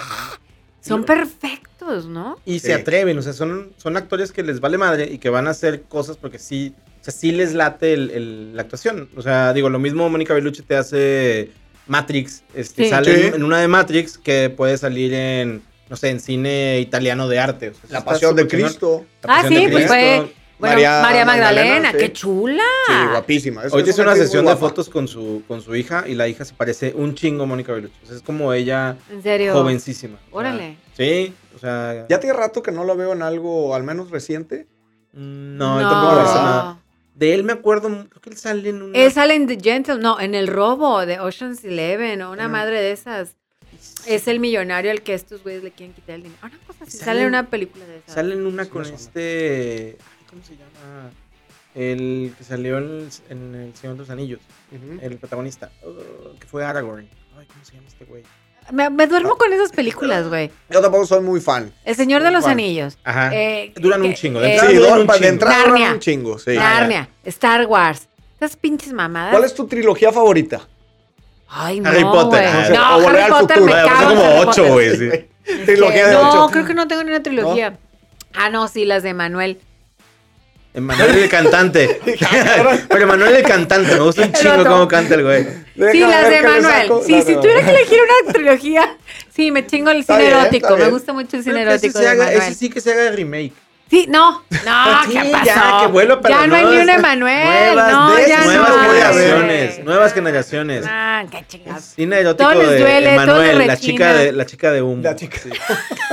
S3: son perfectos, ¿no?
S2: Y
S1: Sí.
S2: se atreven, o sea, son, son actores que les vale madre y que van a hacer cosas porque sí, o sea, sí les late el- el- la actuación. O sea, digo, lo mismo Mónica Bellucci te hace Matrix, este,
S3: Sí.
S2: sale
S1: Sí.
S2: en- en una de Matrix que puede salir en, no sé, en cine italiano de arte. o sea,
S1: La
S2: está
S1: pasión de
S2: súper chingón.
S1: Cristo.
S2: La
S3: Ah,
S2: Pasión de
S3: sí, pues
S2: Cristo.
S3: fue- Bueno,
S1: María
S3: María, Magdalena,
S1: Magdalena, sí.
S3: qué chula.
S1: Sí, guapísima. Es-
S2: Hoy
S1: es
S2: hice una
S1: actriz muy
S2: sesión de
S1: guapa.
S2: fotos con su, con su hija y la hija se parece un chingo a Mónica Bellucci. O sea, es como ella
S3: En serio.
S2: jovencísima. O sea,
S3: Órale.
S2: sí, o sea...
S1: Ya tiene rato que no la veo en algo, al menos reciente.
S2: No, yo tampoco
S1: No.
S2: me parece nada. De él me acuerdo, creo que él sale en una...
S3: Él sale en The Gentle, no, en El Robo de Ocean's Eleven o una
S2: No.
S3: madre de esas. Es el millonario al que estos güeyes le quieren quitar el dinero. Ah, no, cosa así. Sale en una película de esas.
S2: Sale en una
S1: Sí,
S2: con
S1: me suena.
S2: este... ay, ¿Cómo se llama? El que salió en el, en el Señor de los Anillos, el protagonista, uh, que fue Aragorn. Ay, ¿cómo se llama este güey?
S3: Me, me duermo con esas películas, güey.
S1: Yo tampoco soy muy fan.
S3: El Señor de los
S1: ¿Cuál?
S3: Anillos.
S2: Ajá.
S3: Eh,
S2: Duran un
S3: que-
S2: chingo, de
S3: eh,
S2: entrada
S1: Sí,
S2: duran
S1: dos-
S2: un
S1: pa- de
S2: chingo.
S1: entrada
S3: Narnia.
S1: duran un chingo, sí.
S3: Narnia, Star Wars. Esas pinches mamadas.
S1: ¿Cuál es tu trilogía favorita?
S3: Ay, no,
S2: Harry Potter.
S3: güey.
S2: Ah,
S1: o sea,
S3: No,
S1: o Volver
S3: Harry
S1: al
S3: Potter me
S1: Futuro. Ah,
S2: Vaya, pues,
S3: cago
S2: son
S3: en
S2: como
S3: Harry
S2: ocho,
S3: Potter.
S2: güey. sí.
S1: Trilogía de
S3: no,
S1: ocho.
S3: creo que no tengo ni una trilogía. Ah, no, sí, las de Manuel.
S2: Emanuel el cantante. Pero Emanuel el cantante, me gusta un chingo
S3: otro.
S2: cómo canta el güey.
S1: Deja
S3: sí, las
S1: ver
S3: de
S1: qué le
S3: Manuel.
S1: saco.
S3: Sí,
S1: No,
S3: si
S1: no.
S3: tuviera que elegir una trilogía, sí, me chingo el
S1: Está
S3: cine
S1: bien, está
S3: erótico. Me
S1: bien.
S3: gusta mucho el cine
S2: Pero que ese
S3: erótico
S2: se
S3: de
S2: haga-
S3: Manuel.
S2: ese sí que se haga remake.
S3: Sí, no, no,
S2: Pues Sí,
S3: Ah, ¿qué
S2: ya,
S3: pasó?
S2: que vuelo para
S3: Ya no hay ni
S2: nuevas-
S3: una de Manuel.
S1: nuevas
S3: no,
S1: de-
S3: ya
S2: nuevas
S3: no. hay.
S2: generaciones, nuevas generaciones.
S3: Ah, qué chingados.
S2: Cine erótico
S3: Todo les
S2: de
S3: duele, todo
S2: Emanuel,
S3: les
S2: la
S3: rechina.
S2: chica de la chica de humo.
S1: La chica.
S2: Sí.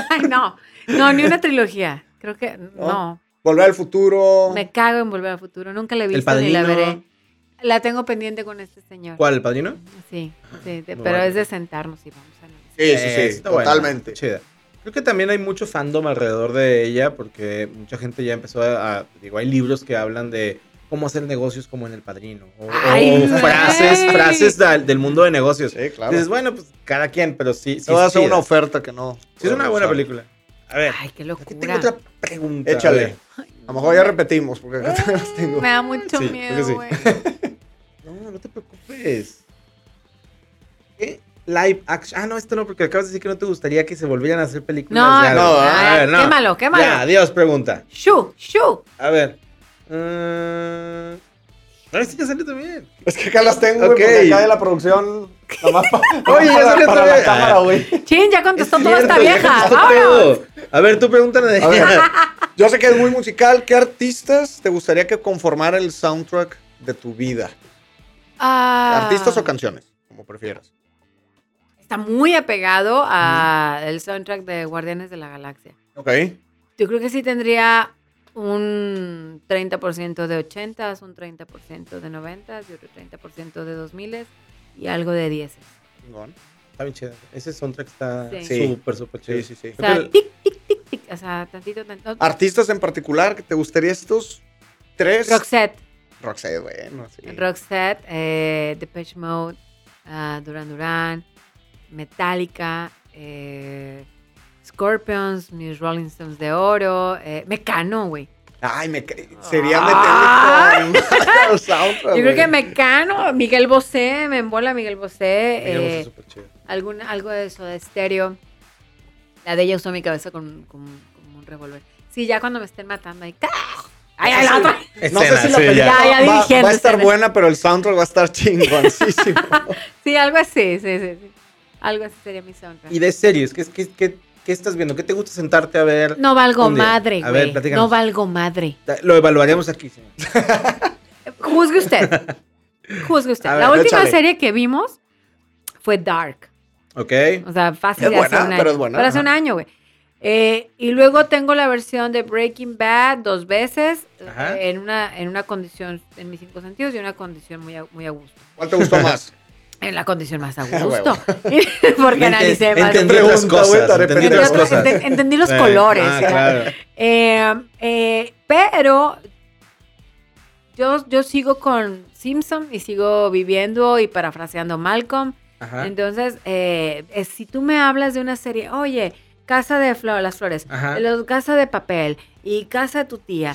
S3: Ay, no. No, ni una trilogía. Creo que no.
S1: Volver al futuro.
S3: Me cago en volver al futuro. Nunca la he
S2: Oh. El
S3: visto ni la
S2: padrino.
S3: veré. La tengo pendiente con este señor.
S2: ¿Cuál, el padrino?
S3: Sí, sí, de-
S2: Muy
S3: pero
S2: bueno.
S3: es de sentarnos y vamos a analizar.
S1: Sí, sí, sí,
S2: está buena,
S1: totalmente.
S2: chida. Creo que también hay mucho fandom alrededor de ella porque mucha gente ya empezó a, a- digo, hay libros que hablan de cómo hacer negocios como en El Padrino o, o
S3: Ay, güey.
S2: frases, frases del, del mundo de negocios.
S1: Sí, claro.
S2: Dices, bueno, pues cada quien, pero sí, sí
S1: Te voy a
S2: es
S1: hacer
S2: chida.
S1: una oferta que no.
S2: Sí es una buena película. A ver,
S3: Ay, qué
S2: Eh, aquí
S3: locura.
S2: tengo otra pregunta. A
S1: Échale.
S2: ver.
S1: A lo mejor ya repetimos, porque acá también las tengo.
S3: Me da mucho
S2: Sí, creo que sí.
S3: miedo, güey.
S2: No, no te preocupes. ¿Qué live action? Ah, no, esto no, porque acabas de decir que no te gustaría que se volvieran a hacer películas.
S3: No,
S2: de algo.
S1: no,
S2: A
S3: ah,
S2: ver, no.
S3: quémalo, quémalo.
S2: Ya, adiós, pregunta.
S3: Shu, shu.
S2: A ver. Mm, A ver si ya salió también.
S1: Es que acá las tengo, güey,
S2: Ok.
S1: porque acá de la producción. nada más pa-
S2: Oye, ya
S1: para-
S2: salió
S1: para
S2: otra
S1: la
S2: vez.
S1: cámara, güey.
S3: Chin, ya contestó
S2: Es
S3: toda esta
S2: cierto, ya
S3: vieja.
S2: contestó
S3: Vámonos.
S2: todo. A ver, tú pregúntale de
S1: A ver. Yo sé que es muy musical. ¿Qué artistas te gustaría que conformara el soundtrack de tu vida?
S3: Ah,
S1: ¿Artistas o canciones? Como prefieras.
S3: Está muy apegado al soundtrack de Guardianes de la Galaxia.
S1: Ok.
S3: Yo creo que sí tendría un 30% de 80s, un 30% de 90s y otro 30% de 2000s y algo de 10s.
S1: Chingón.
S2: Está bien chido. Ese soundtrack está
S1: Sí.
S2: súper, súper chido.
S1: Sí, sí, sí.
S3: O sea,
S2: Creo que-
S3: tic, tic, tic, tic. O sea, tantito, tantito.
S1: ¿Artistas en particular que te gustaría estos tres?
S3: Roxette.
S1: Roxette, bueno, sí.
S3: Roxette, eh, Depeche Mode, ah, Duran Duran, Metallica, eh, Scorpions, mis Rolling Stones de Oro, eh, Mecano, güey.
S1: Ay, me ca- sería
S3: Ay.
S1: meterle con al soundtrack.
S3: Yo creo que
S1: Ah, güey.
S3: Mecano, Miguel Bosé, me embola Miguel Bosé,
S2: Miguel Bosé
S3: eh,
S2: es súper chido.
S3: algún, algo de eso, de estéreo. La de ella usó mi cabeza con, con- con un revólver. Sí, ya cuando me estén matando ahí. ¡ca! ¡Ay, ay, la otra!
S1: No sé si
S2: Escena,
S1: la
S2: sí,
S1: película
S2: ya.
S3: Ya, ya
S1: va- va,
S3: dirigiendo
S1: a estar
S3: escenas.
S1: buena, pero el soundtrack va a estar chingoncísimo.
S3: Sí, algo así, sí, sí, sí. Algo así sería mi soundtrack.
S2: Y de series, ¿qué, qué, qué, qué estás viendo? ¿Qué te gusta sentarte a ver?
S3: No valgo
S2: Un día.
S3: madre,
S2: A ver,
S3: güey.
S2: platícanos.
S3: No valgo madre.
S2: Lo evaluaremos aquí, señor.
S3: Juzgue usted. Juzgue usted.
S2: A
S3: la
S2: ver,
S3: última
S1: échale.
S3: serie que vimos fue Dark.
S2: ¿Ok?
S3: O sea, fácil
S1: Es
S3: de hace
S1: buena,
S3: un año.
S1: pero es buena,
S3: Pero hace
S1: ajá.
S3: un año, güey. Eh, y luego tengo la versión de Breaking Bad dos veces,
S2: Ajá.
S3: eh, en, una, en una condición, en mis cinco sentidos, y una condición muy a, muy a gusto.
S1: ¿Cuál te gustó más?
S3: En la condición más a
S1: Ah, huevo.
S3: gusto, porque analicé más.
S2: Entendí
S1: Pregunta,
S2: otras
S1: güey,
S2: cosas.
S1: te
S2: Entendí
S1: arrepientes.
S2: otras
S3: Entre otras,
S2: cosas.
S3: enten- entendí los
S2: Sí.
S3: colores.
S2: Ah,
S3: ya.
S2: claro.
S3: Eh, eh, pero yo, yo sigo con Simpson y sigo viviendo y parafraseando Malcolm.
S2: Ajá.
S3: Entonces, eh, eh, si tú me hablas de una serie, oye, Casa de Flo- las Flores,
S2: Ajá.
S3: los, Casa de Papel y Casa de tu tía,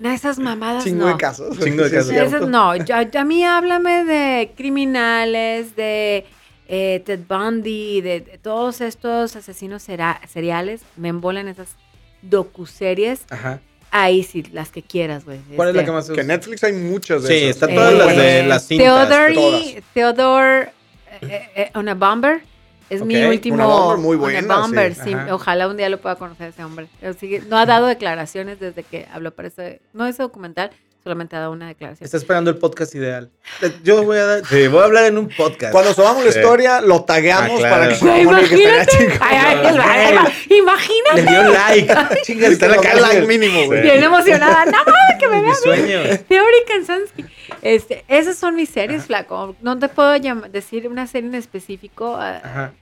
S3: no, esas mamadas
S1: Chingo
S3: no.
S1: de casos.
S2: Chingo de
S1: Sí, es
S2: casos.
S3: Esas
S1: cierto.
S3: no, yo- a, mí háblame de criminales, de eh, Ted Bundy, de, de todos estos asesinos sera- seriales, me embolan esas docuseries,
S2: Ajá.
S3: ahí sí, las que quieras, güey.
S2: ¿Cuál es
S3: Este,
S2: la que más te
S1: Que en
S2: gusta?
S1: Netflix hay muchas de
S2: Sí,
S1: esas.
S2: está todas las de-
S3: eh,
S2: las cintas,
S3: Theodore, y-
S1: todas.
S3: Theodore eh, eh, Una Bomber. Es mi
S2: Ok,
S3: último.
S1: Una Bomber muy
S3: Una
S1: buena, sí.
S3: Bomber, sí.
S2: Ajá.
S3: Ojalá un día lo pueda conocer ese hombre. Pero sigue- no ha dado declaraciones desde que habló para ese. No ese documental, solamente ha dado una declaración.
S2: Está esperando el podcast ideal. Yo voy a dar. Sí, voy a hablar en un podcast.
S1: Cuando subamos la
S2: Sí.
S1: historia, lo tagueamos
S2: Ah, claro.
S1: para que se
S3: Güey,
S1: comunique que estaría
S3: imagínate.
S1: chingón.
S3: Ay, ay,
S2: Güey.
S3: el- ay, ay,
S2: Le
S3: imagínate.
S2: dio like. Chinga,
S1: Que
S2: está la
S1: nos dé
S2: cara.
S1: like mínimo, güey.
S3: Bien emocionada. No mames, que me
S2: Mi
S3: vean.
S2: sueño.
S3: Theory Kansansky. Este, esas son mis series, flaco. No te puedo llam- decir una serie en específico ah,
S2: Ajá.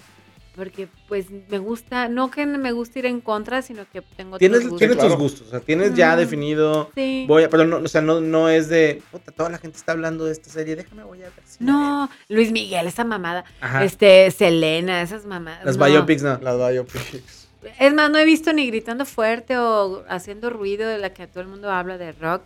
S3: porque, pues, me gusta. No que me gusta ir en contra, sino que tengo.
S2: Tienes,
S3: otros
S2: tienes
S3: gustos.
S1: claro.
S2: tus gustos. O sea, tienes ya
S3: Mm.
S2: definido.
S3: Sí.
S2: Voy a, pero no, o sea, no, no es de. Puta, toda la gente está hablando de esta serie. Déjame, voy a ver. si la veo".
S3: No, Luis Miguel, esa mamada.
S2: Ajá.
S3: Este, Selena, esas mamadas.
S2: Las
S3: no.
S2: biopics no.
S1: Las biopics.
S3: Es más, no he visto ni gritando fuerte o haciendo ruido de la que todo el mundo habla de rock.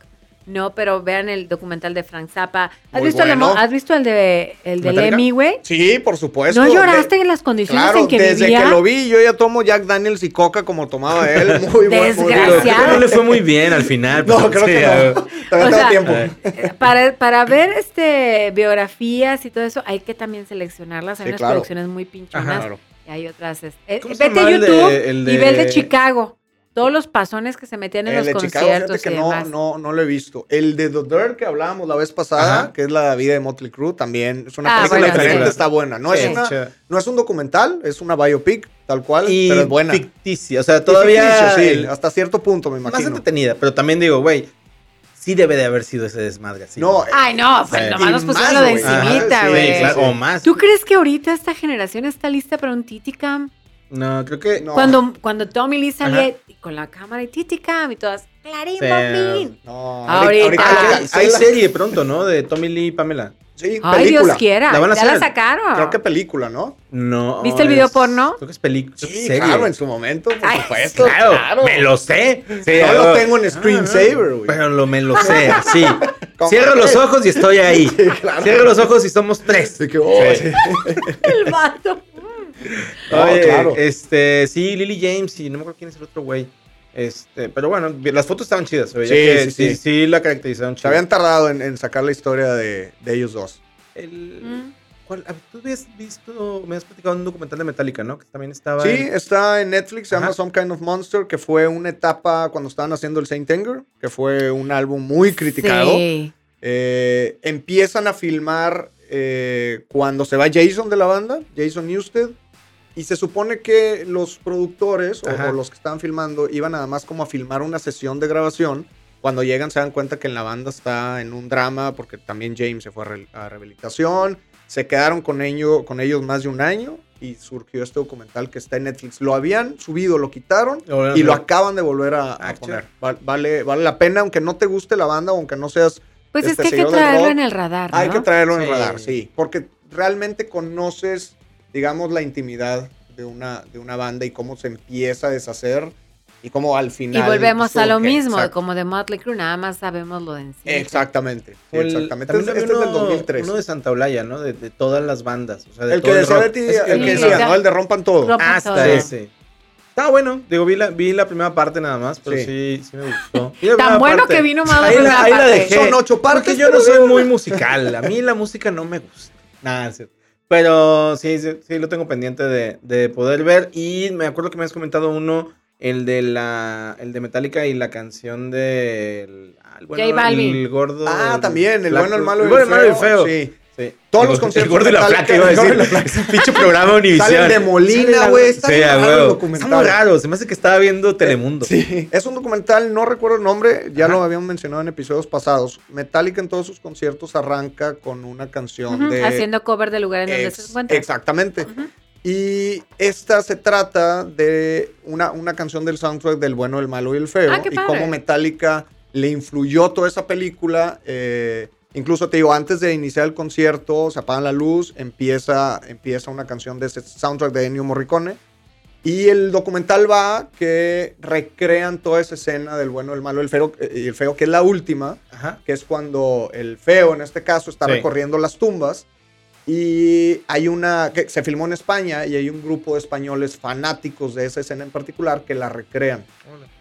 S3: No, pero vean el documental de Frank Zappa. ¿Has,
S1: Muy
S3: visto, el de Mo-
S1: bueno.
S3: ¿has visto el de el del
S2: ¿Metallica?
S3: Emmy, güey?
S1: Sí, por supuesto.
S3: ¿No
S1: De-
S3: lloraste en las condiciones
S1: Claro,
S3: en que
S1: desde
S3: vivía?
S1: que lo vi, yo ya tomo Jack Daniels y Coca como tomaba él. Muy buen- muy
S2: Pero
S1: bueno.
S2: creo que
S3: Desgraciado.
S2: no le fue muy bien al final.
S1: No,
S2: pero
S1: creo
S2: sí,
S1: que no.
S2: a-
S1: Todavía
S3: O
S1: tengo
S3: sea,
S1: tiempo.
S3: Eh, para, para ver este biografías y todo eso, hay que también seleccionarlas. Hay
S1: Sí,
S3: unas
S1: claro.
S3: producciones muy pinchonas
S2: Ajá.
S3: y hay otras. es- eh,
S2: ¿Cómo se
S3: vete a
S2: llama el de-
S3: YouTube
S2: el
S3: y ve el de
S2: de-
S3: Chicago. Todos los pasones que se metían en
S1: El
S3: los
S1: de Chicago, fíjate
S3: conciertos
S1: que
S3: y
S1: no,
S3: demás.
S1: no, no lo he visto. El de The Dirt que hablábamos la vez pasada,
S2: Ajá.
S1: que es la vida de Motley Crue, también es una
S3: Ah,
S1: película
S3: bueno,
S1: diferente,
S2: sí.
S1: está buena. No,
S2: Sí,
S1: es una,
S2: chida.
S1: no es un documental, es una biopic, tal cual,
S2: Y
S1: pero es buena.
S2: ficticia. O sea, todavía.
S1: Y ficticio, sí,
S2: el-
S1: hasta cierto punto, me
S2: más
S1: imagino.
S2: entretenida. Pero también digo, güey. Sí debe de haber sido ese desmadre. así.
S1: No,
S3: Ay, no, pues
S2: Sí.
S3: nomás
S1: Y
S3: nos pusieron
S1: más,
S3: lo de
S1: güey.
S2: Ajá,
S3: encimita,
S1: sí,
S3: güey.
S2: Sí, claro, O más.
S3: ¿Tú crees que ahorita esta generación está lista para un titicam?
S2: No, creo que.
S1: No.
S3: Cuando, cuando Tommy Lee salía
S2: Ajá.
S3: y con la cámara y titicam y todas, clarín,
S2: Sí.
S3: bombín.
S1: No,
S3: Ahorita.
S2: Ah,
S1: lo
S2: que hay- hay
S1: cancelan.
S2: serie pronto, ¿no? De Tommy Lee y Pamela.
S1: Sí,
S3: Ay,
S1: película.
S3: Dios quiera.
S2: La van a
S3: ya la
S2: hacer.
S3: sacaron.
S1: Creo que película, ¿no?
S2: No.
S3: ¿Viste el video porno?
S2: Creo que es película.
S1: Sí, claro, en su momento, por
S3: Ay,
S1: supuesto.
S2: Claro, me lo sé. Sí,
S1: No lo
S2: ah,
S1: tengo en
S2: ah,
S1: screensaver, güey.
S2: Pero lo, me lo sé, sí.
S1: ¿Cómo
S2: Cierro los
S1: crees?
S2: ojos y estoy ahí.
S1: claro.
S2: Cierro los ojos y somos tres.
S1: Así que, oh,
S2: Sí.
S1: sí.
S3: el vato.
S1: No,
S2: Oye,
S1: claro.
S2: este, sí, Lily James y no me acuerdo quién es el otro güey. Este, pero bueno, vi- las fotos estaban chidas. se veía
S1: Sí, sí,
S2: que sí,
S1: sí.
S2: sí la caracterizaron
S1: Se
S2: chida.
S1: habían tardado en, en sacar la historia de, de ellos dos.
S2: El-
S3: Mm.
S2: ¿cuál? Ah, Tú habías visto, me has platicado un documental de Metallica, ¿no? Que también estaba.
S1: Sí,
S2: en-
S1: está en Netflix, se llama
S2: Ajá.
S1: Some Kind of Monster, que fue una etapa cuando estaban haciendo el Saint Anger, que fue un álbum muy criticado.
S3: Sí.
S1: Eh, empiezan a filmar eh, cuando se va Jason de la banda, Jason Newsted, y se supone que los productores o,
S2: Ajá.
S1: o los que estaban filmando iban nada más como a filmar una sesión de grabación. Cuando llegan se dan cuenta que en la banda está en un drama porque también James se fue a, re- a rehabilitación. Se quedaron con, ello, con ellos más de un año y surgió este documental que está en Netflix. Lo habían subido, lo quitaron
S2: Lo volvieron
S1: y
S2: a
S1: lo
S2: hacer.
S1: acaban de volver a, a
S2: Ah,
S1: poner. Val- vale, vale la pena, aunque no te guste la banda, aunque no seas
S3: Pues
S1: Este
S3: es que hay que
S1: señor del
S3: traerlo
S1: rock.
S3: en el radar, ¿no?
S1: hay que traerlo en el
S2: Sí.
S1: radar, sí. Porque realmente conoces, digamos, la intimidad de una, de una banda y cómo se empieza a deshacer y cómo al
S3: y
S1: final.
S3: volvemos a lo
S1: surge.
S3: mismo,
S1: Exacto.
S3: como de Motley Crue, nada más sabemos lo de encima.
S1: Exactamente. sí,
S2: El-
S1: exactamente.
S2: también
S1: Este, este
S2: había
S1: es del
S2: uno-
S1: 2003.
S2: Uno de Santa Olaya, ¿no? De, de todas las bandas. O sea, de
S1: el que
S2: todo el
S1: decía
S2: rock. Ah,
S1: Betty,
S2: Es-
S1: el que
S3: Sí,
S1: decía,
S3: ya.
S1: ¿no? El de Rompan Todo.
S3: Rompan
S2: Hasta
S3: todo.
S2: ese. Está bueno. Digo, vi la, vi la primera parte nada más, pero
S1: Sí.
S2: sí, sí, me gustó. Vi la
S3: Tan
S2: primera
S3: bueno que vino más la
S2: ahí
S3: primera
S2: la, ahí la
S3: parte.
S2: dejé.
S1: Son ocho partes,
S2: Porque yo no
S1: pero
S2: soy muy musical. A mí la música no me gusta. Nada, es cierto. Pero sí, sí, sí, lo tengo pendiente de, de poder ver. Y me acuerdo que me has comentado uno, el de la el de Metallica y la canción del... ah, el
S3: J Balvin.
S2: El gordo.
S1: Ah,
S2: el
S1: también, el
S2: flaco.
S1: bueno, el malo y
S2: Ah, el
S1: el
S2: bueno, el malo y el feo.
S1: Sí.
S2: Sí.
S1: Todos
S2: El-
S1: los conciertos
S2: El gordo y la
S1: metálicos-
S2: placa, iba a
S1: el gordo y la
S2: decir. Pinche programa Univisión.
S1: Salen de Molina, güey. Está
S2: Sí,
S1: bien
S2: a
S1: raro el
S2: huevo. Está
S1: documental.
S2: muy raro. Se me hace que estaba viendo Telemundo.
S1: Sí. Es un documental, no recuerdo el nombre, ya
S2: Ajá.
S1: lo habíamos mencionado en episodios pasados. Metallica en todos sus conciertos arranca con una canción
S3: Ujú,
S1: de...
S3: Haciendo cover del lugar en donde
S1: Ex-
S3: se encuentra.
S1: Exactamente.
S3: Ujú.
S1: Y esta se trata de una, una canción del soundtrack del bueno, el malo y el feo.
S3: Ah, qué
S1: y
S3: padre.
S1: cómo Metallica le influyó toda esa película. eh, incluso te digo, antes de iniciar el concierto, se apagan la luz, empieza, empieza una canción de ese soundtrack de Ennio Morricone. Y el documental va que recrean toda esa escena del bueno, el malo el feo, eh, y el feo, que es la última
S2: Ajá.
S1: que es cuando el feo, en este caso, está
S2: Sí.
S1: recorriendo las tumbas. Y hay una que se filmó en España y hay un grupo de españoles fanáticos de esa escena en particular que la recrean.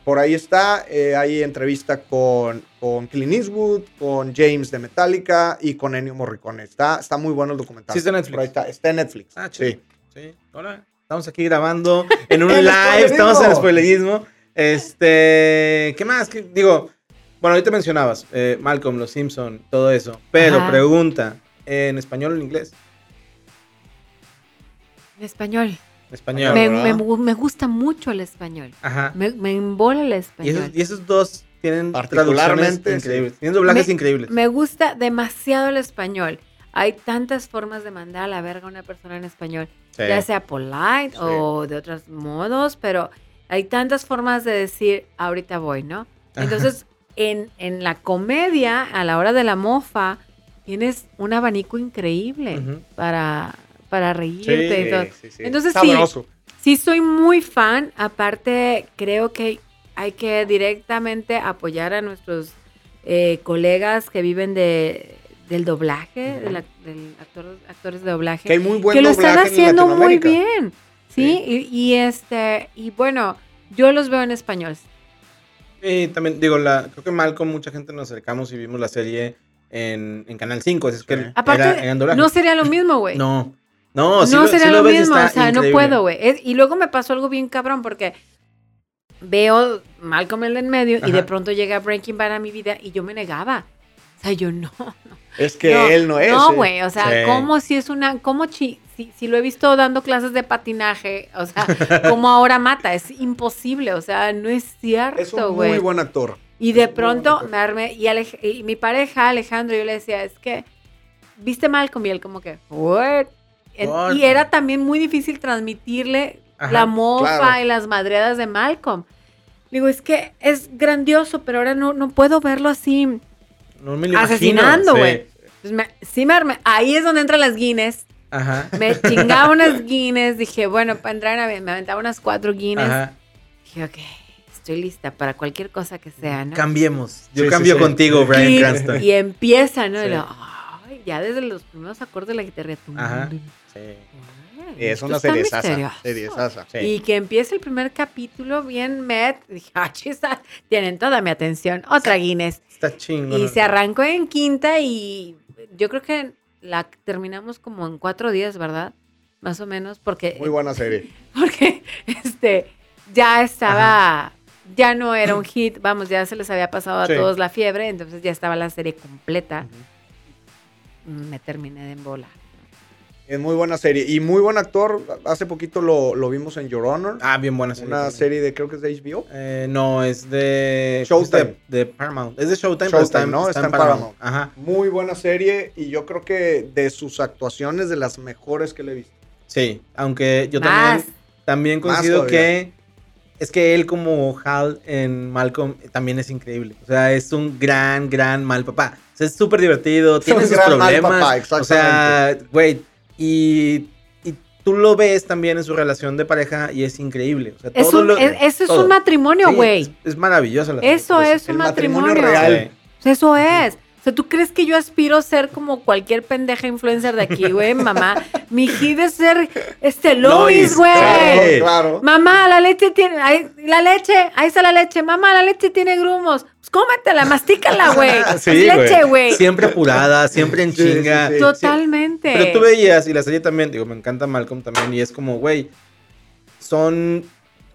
S1: Por ahí está, eh, hay entrevista con, con Clint Eastwood, con James de Metallica y con Ennio Morricone. Está, está muy bueno el documental.
S2: Sí, está en Netflix.
S1: Por ahí está, está en Netflix.
S2: Ah,
S1: sí.
S2: chido. Sí. Hola. Estamos aquí grabando en un
S1: El
S2: live. Estamos en
S1: spoilerismo.
S2: spoilerismo. Este. ¿Qué más? ¿Qué- digo, bueno, ahorita mencionabas eh, Malcolm, Los Simpson, todo eso. Pero
S3: Ajá.
S2: pregunta: ¿en español o en inglés?
S3: En español.
S2: En español.
S3: me,
S1: ¿verdad?
S3: me gu- me gusta mucho el español.
S2: Ajá.
S3: Me, me embola el
S2: Y
S3: español.
S2: esos, y esos dos tienen traducciones
S1: Particularmente,
S2: increíbles. Tienen doblajes
S3: Me-
S2: increíbles.
S3: Me gusta demasiado el español. Hay tantas formas de mandar a la verga a una persona en español,
S2: Sí.
S3: ya sea polite
S1: Sí.
S3: o de otros modos, pero hay tantas formas de decir ahorita voy, ¿no? Entonces, en, en la comedia, a la hora de la mofa, tienes un abanico increíble
S2: Ujú.
S3: para, para reírte y todo.
S2: Sí, sí, sí.
S3: Entonces, sí,
S1: Sabroso.
S3: Sí, soy muy fan. Aparte, creo que hay que directamente apoyar a nuestros eh, colegas que viven de, del doblaje, de la- del actor- actores de doblaje.
S1: Que hay muy buen
S3: que lo están
S1: doblaje en
S3: haciendo muy
S1: Latinoamérica.
S3: bien. Sí, Y, y este, y bueno, yo los veo en español.
S2: Y también, digo, la, creo que Malcolm, mucha gente nos acercamos y vimos la serie en, en Canal 5. así Es que
S1: Sí.
S2: era-
S3: Aparte,
S2: eran doblajes.
S3: no sería lo mismo, güey.
S2: No, no, sí
S3: no
S2: lo-
S3: será
S2: sí
S3: lo,
S2: ves y
S3: mismo, o
S2: está
S3: sea, no
S2: increíble.
S3: puedo, güey. Es- Y luego me pasó algo bien cabrón porque veo Malcolm el de en medio y
S2: Ajá.
S3: de pronto llega Breaking Bad a mi vida y yo me negaba. O sea, yo no.
S1: Es que
S3: No,
S1: él no es.
S3: No,
S1: eh.
S3: güey, o sea,
S2: Sí.
S3: ¿cómo si es una, cómo chi- si, si lo he visto dando clases de patinaje, o sea, como ahora mata, es imposible, o sea, no es
S1: Es un
S3: cierto,
S1: muy
S3: güey.
S1: buen actor.
S3: Y de
S1: es un muy buen
S3: pronto
S1: actor.
S3: me armé, y, Alej- y mi pareja Alejandro, yo le decía, es que, viste Malcolm y él como que, what? En-
S2: What?
S3: Y era también muy difícil transmitirle
S2: Ajá,
S3: la mofa
S1: claro.
S3: y las madreadas de Malcolm. Digo, es que es grandioso, pero ahora no, no puedo verlo así.
S2: No me lo imagino,
S3: Asesinando,
S2: sí.
S3: güey. Pues me- sí me armé. Ahí es donde entran las Guinness.
S2: Ajá.
S3: Me chingaba unas Guinness. Dije, bueno, para entrar a me aventaba unas cuatro Guinness.
S2: Ajá.
S3: Dije, ok, estoy lista para cualquier cosa que sea, ¿no?
S2: Cambiemos. Yo
S1: Sí, sí,
S2: cambio
S1: sí.
S2: contigo, Brian
S3: y, em-
S2: Cranston.
S3: y empieza, ¿no? Y
S2: Sí.
S3: luego, ay, ya desde los primeros acordes de la guitarra. tum,
S2: Ajá.
S3: tum,
S2: Sí.
S3: tum.
S1: Eh, Es
S3: Esto
S1: una
S3: está
S1: serie sasa.
S3: misterioso.
S1: Serie sasa.
S2: Sí.
S3: Y que empiece el primer capítulo bien met. Dije, ah, chis, ah, tienen toda mi atención. Otra Guinness.
S2: Está chingón.
S3: Y se arrancó en quinta y yo creo que la terminamos como en cuatro días, ¿verdad? Más o menos, porque,
S1: Muy buena serie.
S3: porque este, ya estaba, ya no era un hit, vamos, ya se les había pasado a
S2: Sí.
S3: todos la fiebre, entonces ya estaba la serie completa. Mm, Me terminé de embolar.
S1: Es muy buena serie. Y muy buen actor. Hace poquito lo, lo vimos en Your Honor.
S2: Ah, bien buena serie.
S1: una
S2: también.
S1: serie de, creo que es de HBO.
S2: Eh, no, es de.
S1: Showtime.
S2: De, de Paramount. Es de Showtime, pero está,
S1: Showtime, ¿no?
S2: está en
S1: Está en
S2: Paramount. Ajá.
S1: Muy buena serie. Y yo creo que de sus actuaciones, de las mejores que le he visto.
S2: Sí. Aunque yo
S3: Más.
S2: también. También
S1: Más
S2: coincido
S1: todavía.
S2: que es que él como Hal en Malcolm eh, también es increíble. O sea, es un gran, gran mal papá. O sea, es súper divertido, tiene
S1: un
S2: sus
S1: gran mal
S2: problemas.
S1: papá,
S2: o sea, güey, y, y tú lo ves también en su relación de pareja y es increíble. O sea,
S3: Es
S2: todo
S3: un-
S2: lo-
S3: es- eso es
S2: todo.
S3: un matrimonio,
S2: Sí,
S3: güey.
S2: es, es maravilloso. la serie
S3: Eso
S2: por
S3: es
S1: el
S3: un
S1: matrimonio
S3: matrimonio.
S1: real.
S2: Sí.
S3: Pues Eso es. O sea, ¿tú crees que yo aspiro a ser como cualquier pendeja influencer de aquí, güey, mamá? Mi hit es ser este
S2: Lois,
S3: Lois, güey.
S2: claro.
S1: Claro.
S3: Mamá, la leche tiene. ahí- la leche, ahí está la leche. Mamá, la leche tiene grumos. Pues cómetela, mastícala, güey.
S2: Sí,
S3: es leche,
S2: güey.
S3: güey.
S2: Siempre apurada, siempre en
S1: Sí, sí,
S2: chinga.
S1: sí.
S3: Totalmente.
S2: Pero tú veías, y la serie también, digo, me encanta Malcolm también, y es como, güey, son,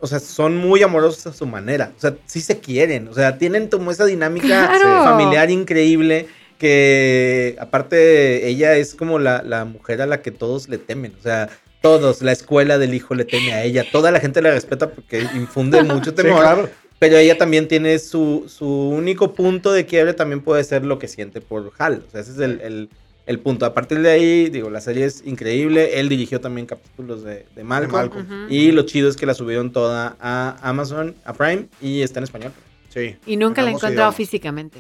S2: o sea, son muy amorosos a su manera. O sea, sí se quieren, o sea, tienen como esa dinámica
S3: Claro.
S2: familiar increíble. que aparte ella es como la, la mujer a la que todos le temen, o sea, todos, la escuela del hijo le teme a ella, toda la gente la respeta porque infunde mucho
S1: Sí,
S2: temor.
S1: claro.
S2: Pero ella también tiene su, su único punto de quiebre, también puede ser lo que siente por Hal. O sea, ese es el, el- el punto. A partir de ahí, digo, la serie es increíble. Él dirigió también capítulos de, de Malcolm.
S1: Malcolm.
S3: Ujú.
S2: Y lo chido es que la subieron toda a Amazon, a Prime, y está en español.
S1: Sí.
S3: Y nunca la he
S1: Hagamos
S3: encontrado
S1: idiomas.
S3: físicamente.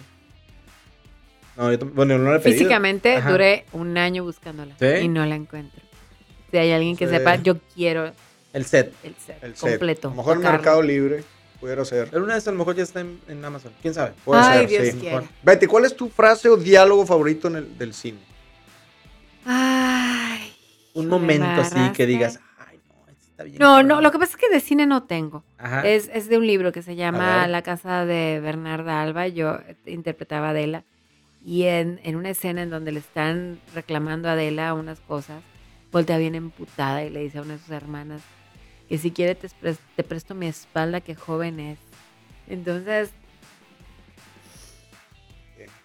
S2: No, yo tam- bueno, no la he pedido.
S3: Físicamente
S2: Ajá.
S3: duré un año buscándola
S2: ¿Sí?
S3: y no la encuentro. Si hay alguien que
S1: Sí.
S3: sepa, yo quiero
S2: El set.
S3: el set
S1: El set.
S3: completo.
S1: A lo mejor en
S3: tocarlo.
S1: Mercado Libre pudiera ser.
S2: Pero una vez a lo mejor ya está en, en Amazon. ¿Quién sabe?
S1: Puede
S3: Ay,
S1: ser,
S3: Dios
S1: sí.
S3: quiera.
S1: Betty, ¿cuál es tu frase o diálogo favorito en el, del cine?
S3: Ay.
S2: Un
S3: me
S2: momento así que
S3: agarraste.
S2: digas, ay, no, este está bien.
S3: No, no, lo que pasa es que de cine no tengo.
S2: Ajá.
S3: Es, es de un libro que se
S2: Ah. A
S3: llama
S2: ver.
S3: La casa de Bernarda Alba. Yo interpretaba a Adela. Y en, en una escena en donde le están reclamando a Adela unas cosas, voltea bien emputada y le dice a una de sus hermanas que si quiere te, pres- te presto mi espalda que joven es. Entonces,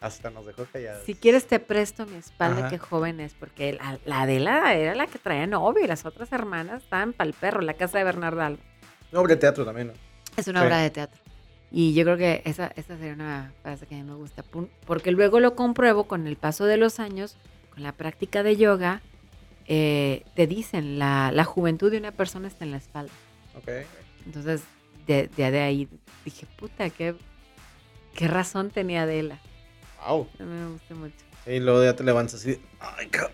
S1: Hasta nos dejó callados.
S3: si quieres te presto mi espalda
S2: Ajá.
S3: que joven es, porque la, la Adela era la que traía novio y las otras hermanas estaban pa'l perro, la casa de Bernarda Alba.
S2: Una obra de teatro también, ¿no?
S3: Es una
S2: Sí.
S3: obra de teatro. Y yo creo que esa, esa sería una frase que a mí me gusta. pun- Porque luego lo compruebo con el paso de los años, con la práctica de yoga. eh, te dicen, la, la juventud de una persona está en la espalda.
S2: Ok.
S3: Entonces, de, de, de ahí dije, puta, qué, qué razón tenía Adela.
S1: Wow.
S3: A mí me gusta mucho.
S2: Y luego ya te levantas así. Ay, cabrón.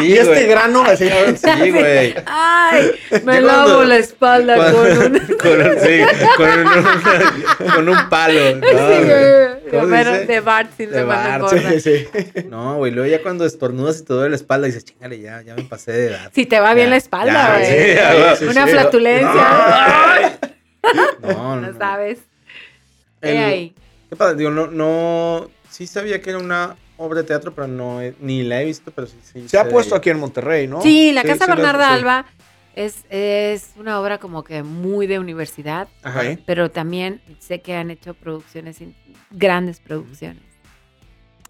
S1: Y
S2: sí,
S1: este
S2: güey.
S1: grano, así,
S2: Sí, güey.
S3: ¡Ay! Me
S2: Ya
S3: lavo
S2: cuando-
S3: la espalda
S2: Cuando-
S3: con un...
S2: con un- sí, con un- con un palo. No,
S3: Sí,
S2: güey.
S3: güey.
S2: ¿Cómo
S3: Romero
S2: dice?
S3: de Bart sin
S2: De
S3: de
S2: Bart,
S1: sí, sí.
S2: No, güey, luego ya cuando estornudas y te duele la espalda dices, chingale, ya, ya me pasé de edad.
S3: Si te va bien
S2: Ya,
S3: la
S2: ya,
S3: espalda, güey.
S2: sí, ya, güey.
S1: sí,
S3: Una
S1: sí.
S3: flatulencia.
S2: No, no,
S3: No
S2: no.
S3: sabes.
S2: El-
S3: He ahí.
S2: Qué padre, digo, no, no, sí sabía que era una obra de teatro, pero no, he- ni la he visto, pero sí, sí.
S1: Se ha
S2: sé de
S1: puesto
S2: ella.
S1: aquí en Monterrey, ¿no?
S3: Sí, la Casa
S1: sí,
S3: Bernarda
S1: sí.
S3: Alba es, es una obra como que muy de universidad,
S2: Ajá.
S1: Ok.
S3: pero también sé que han hecho producciones, in- grandes producciones.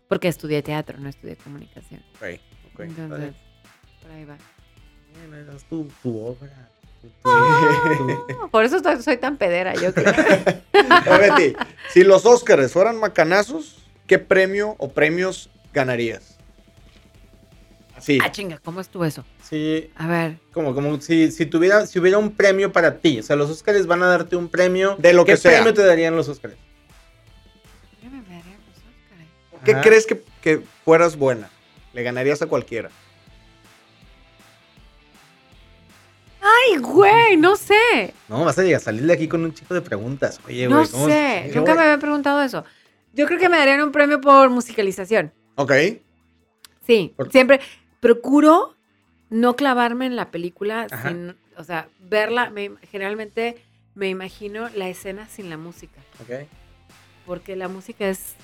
S3: Porque estudié teatro, no estudié comunicación.
S1: Ok, ok.
S3: Entonces, por ahí va.
S2: Bien, esa es tu, tu obra. tu- tu- tu-
S3: No, Ah, por eso soy, soy tan pedera, yo creo.
S1: Oye, Betty, si los Óscares fueran macanazos, ¿qué premio o premios ganarías? Así.
S3: ah, chinga, ¿cómo estuvo eso?
S2: Sí,
S3: A ver.
S2: como, como si, si tuviera, si hubiera un premio para ti. O sea, los Óscares van a darte un premio.
S1: De lo
S2: ¿Qué
S1: que sea.
S2: premio te darían los Óscares?
S3: Espérame, me daría los Óscares.
S1: ¿Qué
S2: Ajá.
S1: crees que, que fueras buena? Le ganarías a cualquiera.
S3: Ay, güey, no sé.
S2: No, vas a llegar a salir de aquí con un chico de preguntas. Oye, güey,
S3: No
S2: ¿cómo- sí,
S3: sé, nunca me
S2: güey.
S3: había preguntado eso. Yo creo que me darían un premio por musicalización.
S1: Ok.
S3: Sí,
S2: Por-
S3: siempre procuro no clavarme en la película,
S2: Ajá.
S3: sin- o sea, verla, me- generalmente me imagino la escena sin la música,
S2: Ok.
S3: porque la música es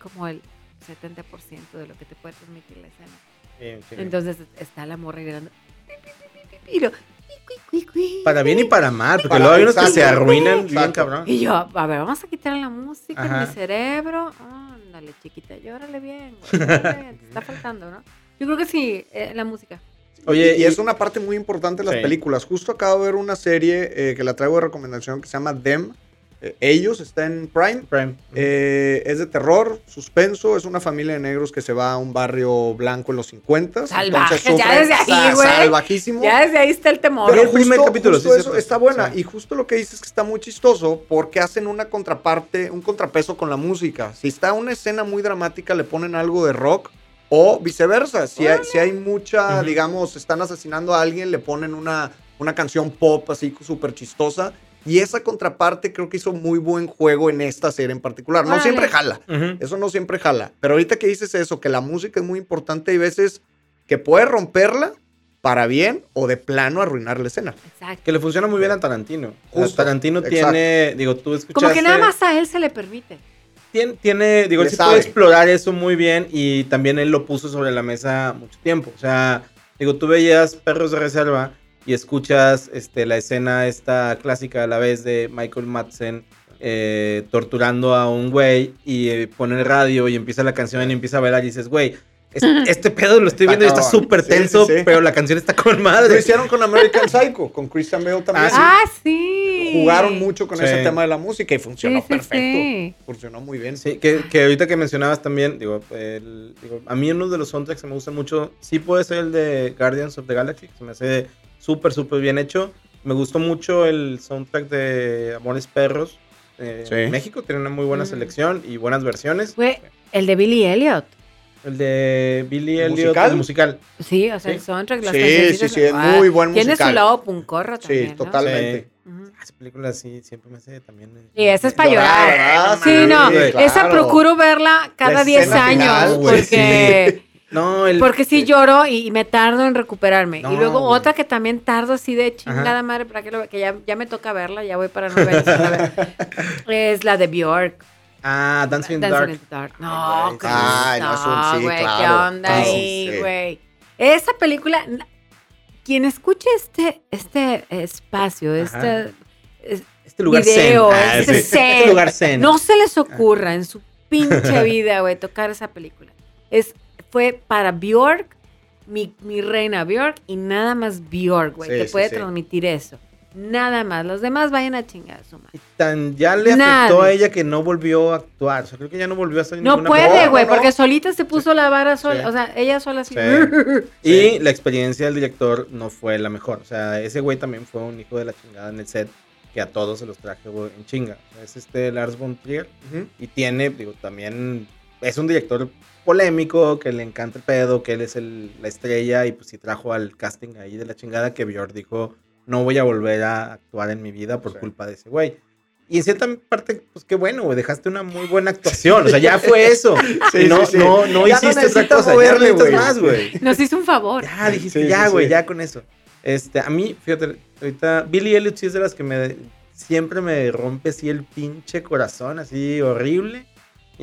S3: como el 70% de lo que te puede transmitir la escena.
S2: Bien, sí.
S3: Entonces está la morra gritando, "Pi, pi, pi, pi, pi", y lo, "Cui, cui, cui".
S2: Para bien y para mal, porque
S1: Para-
S2: luego hay unos que se
S1: exacto.
S2: arruinan bien,
S1: Exacto.
S2: cabrón.
S3: Y yo, a ver, vamos a quitar la música en
S2: Ajá.
S3: mi cerebro. Ándale, chiquita, llórale bien, güey, llórale bien, Te está faltando, ¿no? Yo creo que sí, eh, la música.
S2: Oye,
S1: y, y
S2: y-
S1: es una parte muy importante de las
S2: Sí.
S1: películas. Justo acabo de ver una serie eh, que la traigo de recomendación que se llama Them. Eh, ellos está en Prime.
S2: Prime.
S1: Eh, es de terror, suspenso, es una familia de negros que se va a un barrio blanco en los 50.
S3: Salvajes, ya desde ahí, güey.
S1: Salvajísimo.
S3: Ya desde ahí está el temor.
S1: Pero
S2: el primer
S1: justo-
S2: capítulo,
S1: justo
S2: sí,
S1: eso
S2: cierto.
S1: está buena.
S2: Sí.
S1: Y justo lo que dices es que está muy chistoso porque hacen una contraparte, un contrapeso con la música. Si está una escena muy dramática, le ponen algo de rock o viceversa. Si hay, si hay mucha,
S2: Ujú.
S1: digamos, están asesinando a alguien, le ponen una, una canción pop así súper chistosa. Y esa contraparte creo que hizo muy buen juego en esta serie en particular. No
S3: Órale.
S1: siempre jala.
S2: Ujú.
S1: Eso no siempre jala. Pero ahorita que dices eso, que la música es muy importante, hay veces que puedes romperla para bien o de plano arruinar la escena.
S3: Exacto.
S2: Que le funciona muy bien a Tarantino. O sea,
S1: Justo,
S2: Tarantino
S1: exacto.
S2: tiene, digo, tú escuchaste.
S3: Como que nada más a él se le permite.
S2: Tiene, tiene digo, él
S1: Le
S2: sí puede
S1: sabe.
S2: explorar eso muy bien y también él lo puso sobre la mesa mucho tiempo. O sea, digo, tú veías Perros de Reserva y escuchas este, la escena esta clásica a la vez de Michael Madsen eh, torturando a un güey y eh, pone el radio y empieza la canción y empieza a bailar y dices, güey, es- este pedo lo estoy viendo y está
S1: cabrón.
S2: súper
S1: Sí,
S2: tenso,
S1: sí, sí.
S2: pero la canción está con
S1: Ah, Lo
S2: madre.
S1: hicieron con American Psycho, con Christian Bale también.
S3: Ah, sí.
S1: Jugaron mucho con
S2: Sí.
S1: ese tema de la música y funcionó
S3: Sí, sí,
S1: perfecto.
S3: sí.
S1: Funcionó muy bien.
S2: Sí, que, que ahorita que mencionabas también, digo, el- digo, a mí uno de los soundtracks que me gusta mucho, sí puede ser el de Guardians of the Galaxy, que se me hace súper, súper bien hecho. Me gustó mucho el soundtrack de Amores Perros. eh,
S1: Sí.
S2: en México tiene una muy buena
S3: Mm.
S2: selección y buenas versiones.
S3: Fue el de Billy Elliot.
S2: El de Billy
S1: ¿El
S2: Elliot,
S1: musical?
S2: el musical.
S3: Sí, o sea,
S2: Sí.
S3: el soundtrack, las
S1: Sí,
S3: cancioncitas-
S1: sí, sí, es
S3: Ah,
S1: muy buen
S3: Tiene su
S1: musical.
S3: lado puncorro también,
S1: Sí,
S3: ¿no?
S1: totalmente.
S3: Ujú.
S2: Ah, Esa película sí, siempre me hace también. eh,
S3: Y esa es para
S1: Llorar,
S3: llorar.
S1: ¿verdad?
S3: Sí, no,
S2: Sí,
S3: esa procuro verla cada
S1: La
S3: 10
S1: escena
S3: años
S1: final,
S2: güey,
S3: porque
S2: No, el.
S3: porque sí lloro y, y me tardo en recuperarme. y
S2: No,
S3: luego
S2: güey.
S3: otra que también tardo así de chingada
S2: Ajá.
S3: madre para que, lo, que ya, ya me toca verla, ya voy para no verla. es la de Bjork.
S2: Ah, Dancing in the Dark.
S3: No,
S2: Ay, güey, sí.
S3: ¿cómo
S1: Ay, no, es un
S3: no,
S1: sí,
S3: güey,
S1: claro.
S3: ¿Qué onda
S2: Sí, sí,
S3: ahí,
S1: sí.
S3: güey? Esa película, n- quien escuche este, este espacio,
S2: Ajá.
S3: este, es-
S2: Este lugar
S3: Video,
S2: zen. Ah,
S3: este
S2: sí.
S3: zen.
S2: Este lugar zen.
S3: no se les
S1: Ah.
S3: ocurra en su pinche vida, güey, tocar esa película. Es, fue para Bjork, mi, mi reina Bjork, y nada más Bjork, güey,
S1: Sí,
S3: que
S1: sí,
S3: puede
S1: sí.
S3: transmitir eso. Nada más. Los demás vayan a chingar a su madre.
S2: Tan, ya le
S3: Nadie.
S2: afectó a ella que no volvió a actuar. O sea, creo que ya no volvió a salir
S3: No
S2: ninguna
S3: puede,
S2: película.
S3: güey,
S1: no, no.
S3: porque solita se puso la vara sola.
S2: Sí.
S3: O sea, ella sola así.
S2: Sí. Y la experiencia del director no fue la mejor. O sea, ese güey también fue un hijo de la chingada en el set que a todos se los traje güey, en chinga. Es este Lars von Trier
S1: Ujú.
S2: y tiene, digo, también es un director polémico que le encanta el pedo, que él es el- la estrella y pues sí trajo al casting ahí de la chingada que Björk dijo, no voy a volver a actuar en mi vida por
S1: Sí.
S2: culpa de ese güey. Y en cierta parte, pues qué bueno, güey, dejaste una muy buena actuación, o sea, ya fue eso.
S1: Sí,
S2: Y no,
S1: sí, sí.
S2: no, no
S1: Ya no
S2: hiciste otra
S1: necesitas
S2: cosa, ya
S1: moverle,
S2: no necesitas
S1: güey.
S2: más, güey.
S3: Nos hizo un favor.
S2: Ya dijiste,
S1: Sí,
S2: ya,
S1: sí,
S2: güey,
S1: sí.
S2: ya con eso. Este, a mí, fíjate, ahorita Billy Elliot sí es de las que me siempre me rompe así el pinche corazón, así horrible.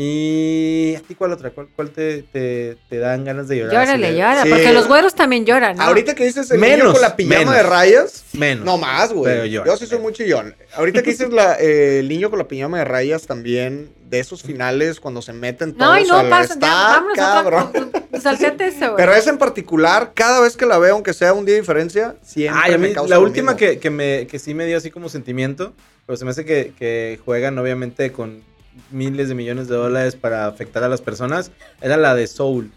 S2: Y a ti cuál otra, cuál, cuál te, te, te dan ganas de llorar. así
S3: Llórale,
S2: de-
S3: llora,
S1: Sí.
S3: porque los güeros también lloran. ¿no?
S1: Ahorita que dices el
S2: Menos,
S1: niño con la pijama
S2: menos.
S1: de rayas.
S2: Menos.
S1: No más,
S2: Pero eh.
S1: güey.
S2: llora,
S1: Yo sí soy
S2: pero-
S1: muy chillón. Ahorita que dices la, eh, el niño con la pijama de rayas también, de esos finales cuando se meten todos
S3: No, y
S1: a
S3: no
S1: la-
S3: pasa.
S1: está
S3: ya, vámonos a
S1: cabrón.
S3: otra. Saltate eso, güey.
S1: Pero esa en particular, cada vez que la veo, aunque sea un día de diferencia, siempre
S2: Ay, a mí
S1: me causa
S2: la
S1: lo
S2: última
S1: mismo.
S2: que, que, me, que sí me dio así como sentimiento, pero se me hace que, que juegan obviamente con miles de millones de dólares para afectar a las personas, era la de Soul.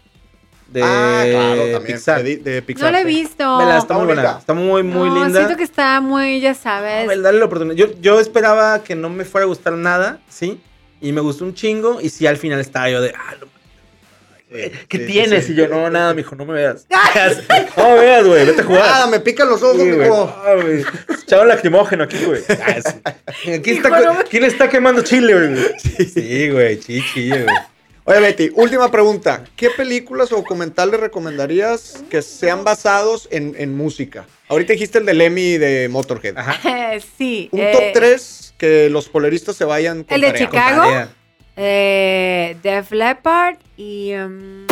S2: De
S1: ah, claro, también.
S2: Pixar.
S1: De, de Pixar.
S3: No la he
S1: sí.
S3: visto.
S2: Vela, está muy
S1: Está
S2: buena.
S1: bonita.
S2: Está muy, muy
S3: Oh. No,
S2: linda.
S3: Siento que está muy, ya sabes.
S2: No, vela, dale la oportunidad. Yo, yo esperaba que no me fuera a gustar nada, ¿sí? Y me gustó un chingo. Y sí, al final estaba yo de, ah, lo-
S1: Sí,
S2: ¿qué
S1: sí, sí,
S2: tienes?
S1: sí.
S2: Y yo, no, nada, mijo, no me veas.
S3: Ah.
S2: no me veas, güey, vete a jugar.
S1: Nada, Ah, me pican los ojos,
S2: Sí, güey.
S1: mijo.
S2: Ah, güey. Chavo lacrimógeno aquí, güey. Ah, sí. ¿Quién, está,
S3: Hijo, no
S2: co- quién está quemando chile, güey? Sí, güey, chichi, güey.
S1: Oye, Betty, última pregunta. ¿Qué películas o documentales recomendarías que sean basados en, en música? Ahorita dijiste el del Emmy de Motorhead.
S2: Ajá.
S3: Eh, sí.
S1: Un
S3: eh,
S1: top 3 que los polaristas se vayan con
S3: El de
S1: tarea.
S3: Chicago. ¿Cago?
S2: Tarea.
S3: Eh, Def Leppard y. em,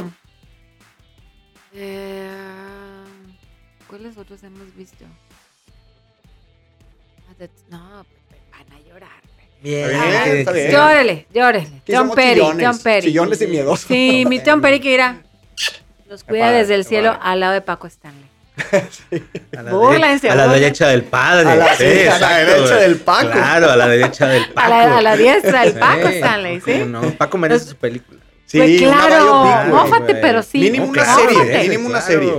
S3: eh, ¿Cuáles otros hemos visto? Ah, de- No, van a llorar. Ah,
S2: Bien,
S1: Está bien, está
S2: que-
S1: bien.
S3: Llórele, llórele.
S1: Aquí
S3: John
S1: somos
S3: Perry,
S1: chillones,
S3: John Perry.
S1: Chillones y miedosos.
S3: Sí, mi John Perry que irá. Nos cuida
S1: padre,
S3: desde el
S1: qué
S3: cielo
S1: padre.
S3: al lado de Paco Stanley.
S2: A la,
S3: Búrlense,
S2: derecha, a la
S3: búrlense.
S2: derecha del padre.
S1: A la- sí, a la
S2: exacto,
S1: derecha
S2: güey.
S1: del Paco.
S2: Claro, a la derecha del Paco.
S3: A la, a la diestra del
S2: Sí.
S3: Paco Stanley,
S2: ¿Cómo
S3: ¿sí?
S2: No, Paco merece su película.
S1: Sí,
S3: Pues
S1: una biopic,
S3: claro,
S1: güey.
S3: mófate,
S2: güey.
S3: pero sí.
S1: Mínimo una
S2: Ah,
S3: mófate.
S1: serie, mínimo una serie.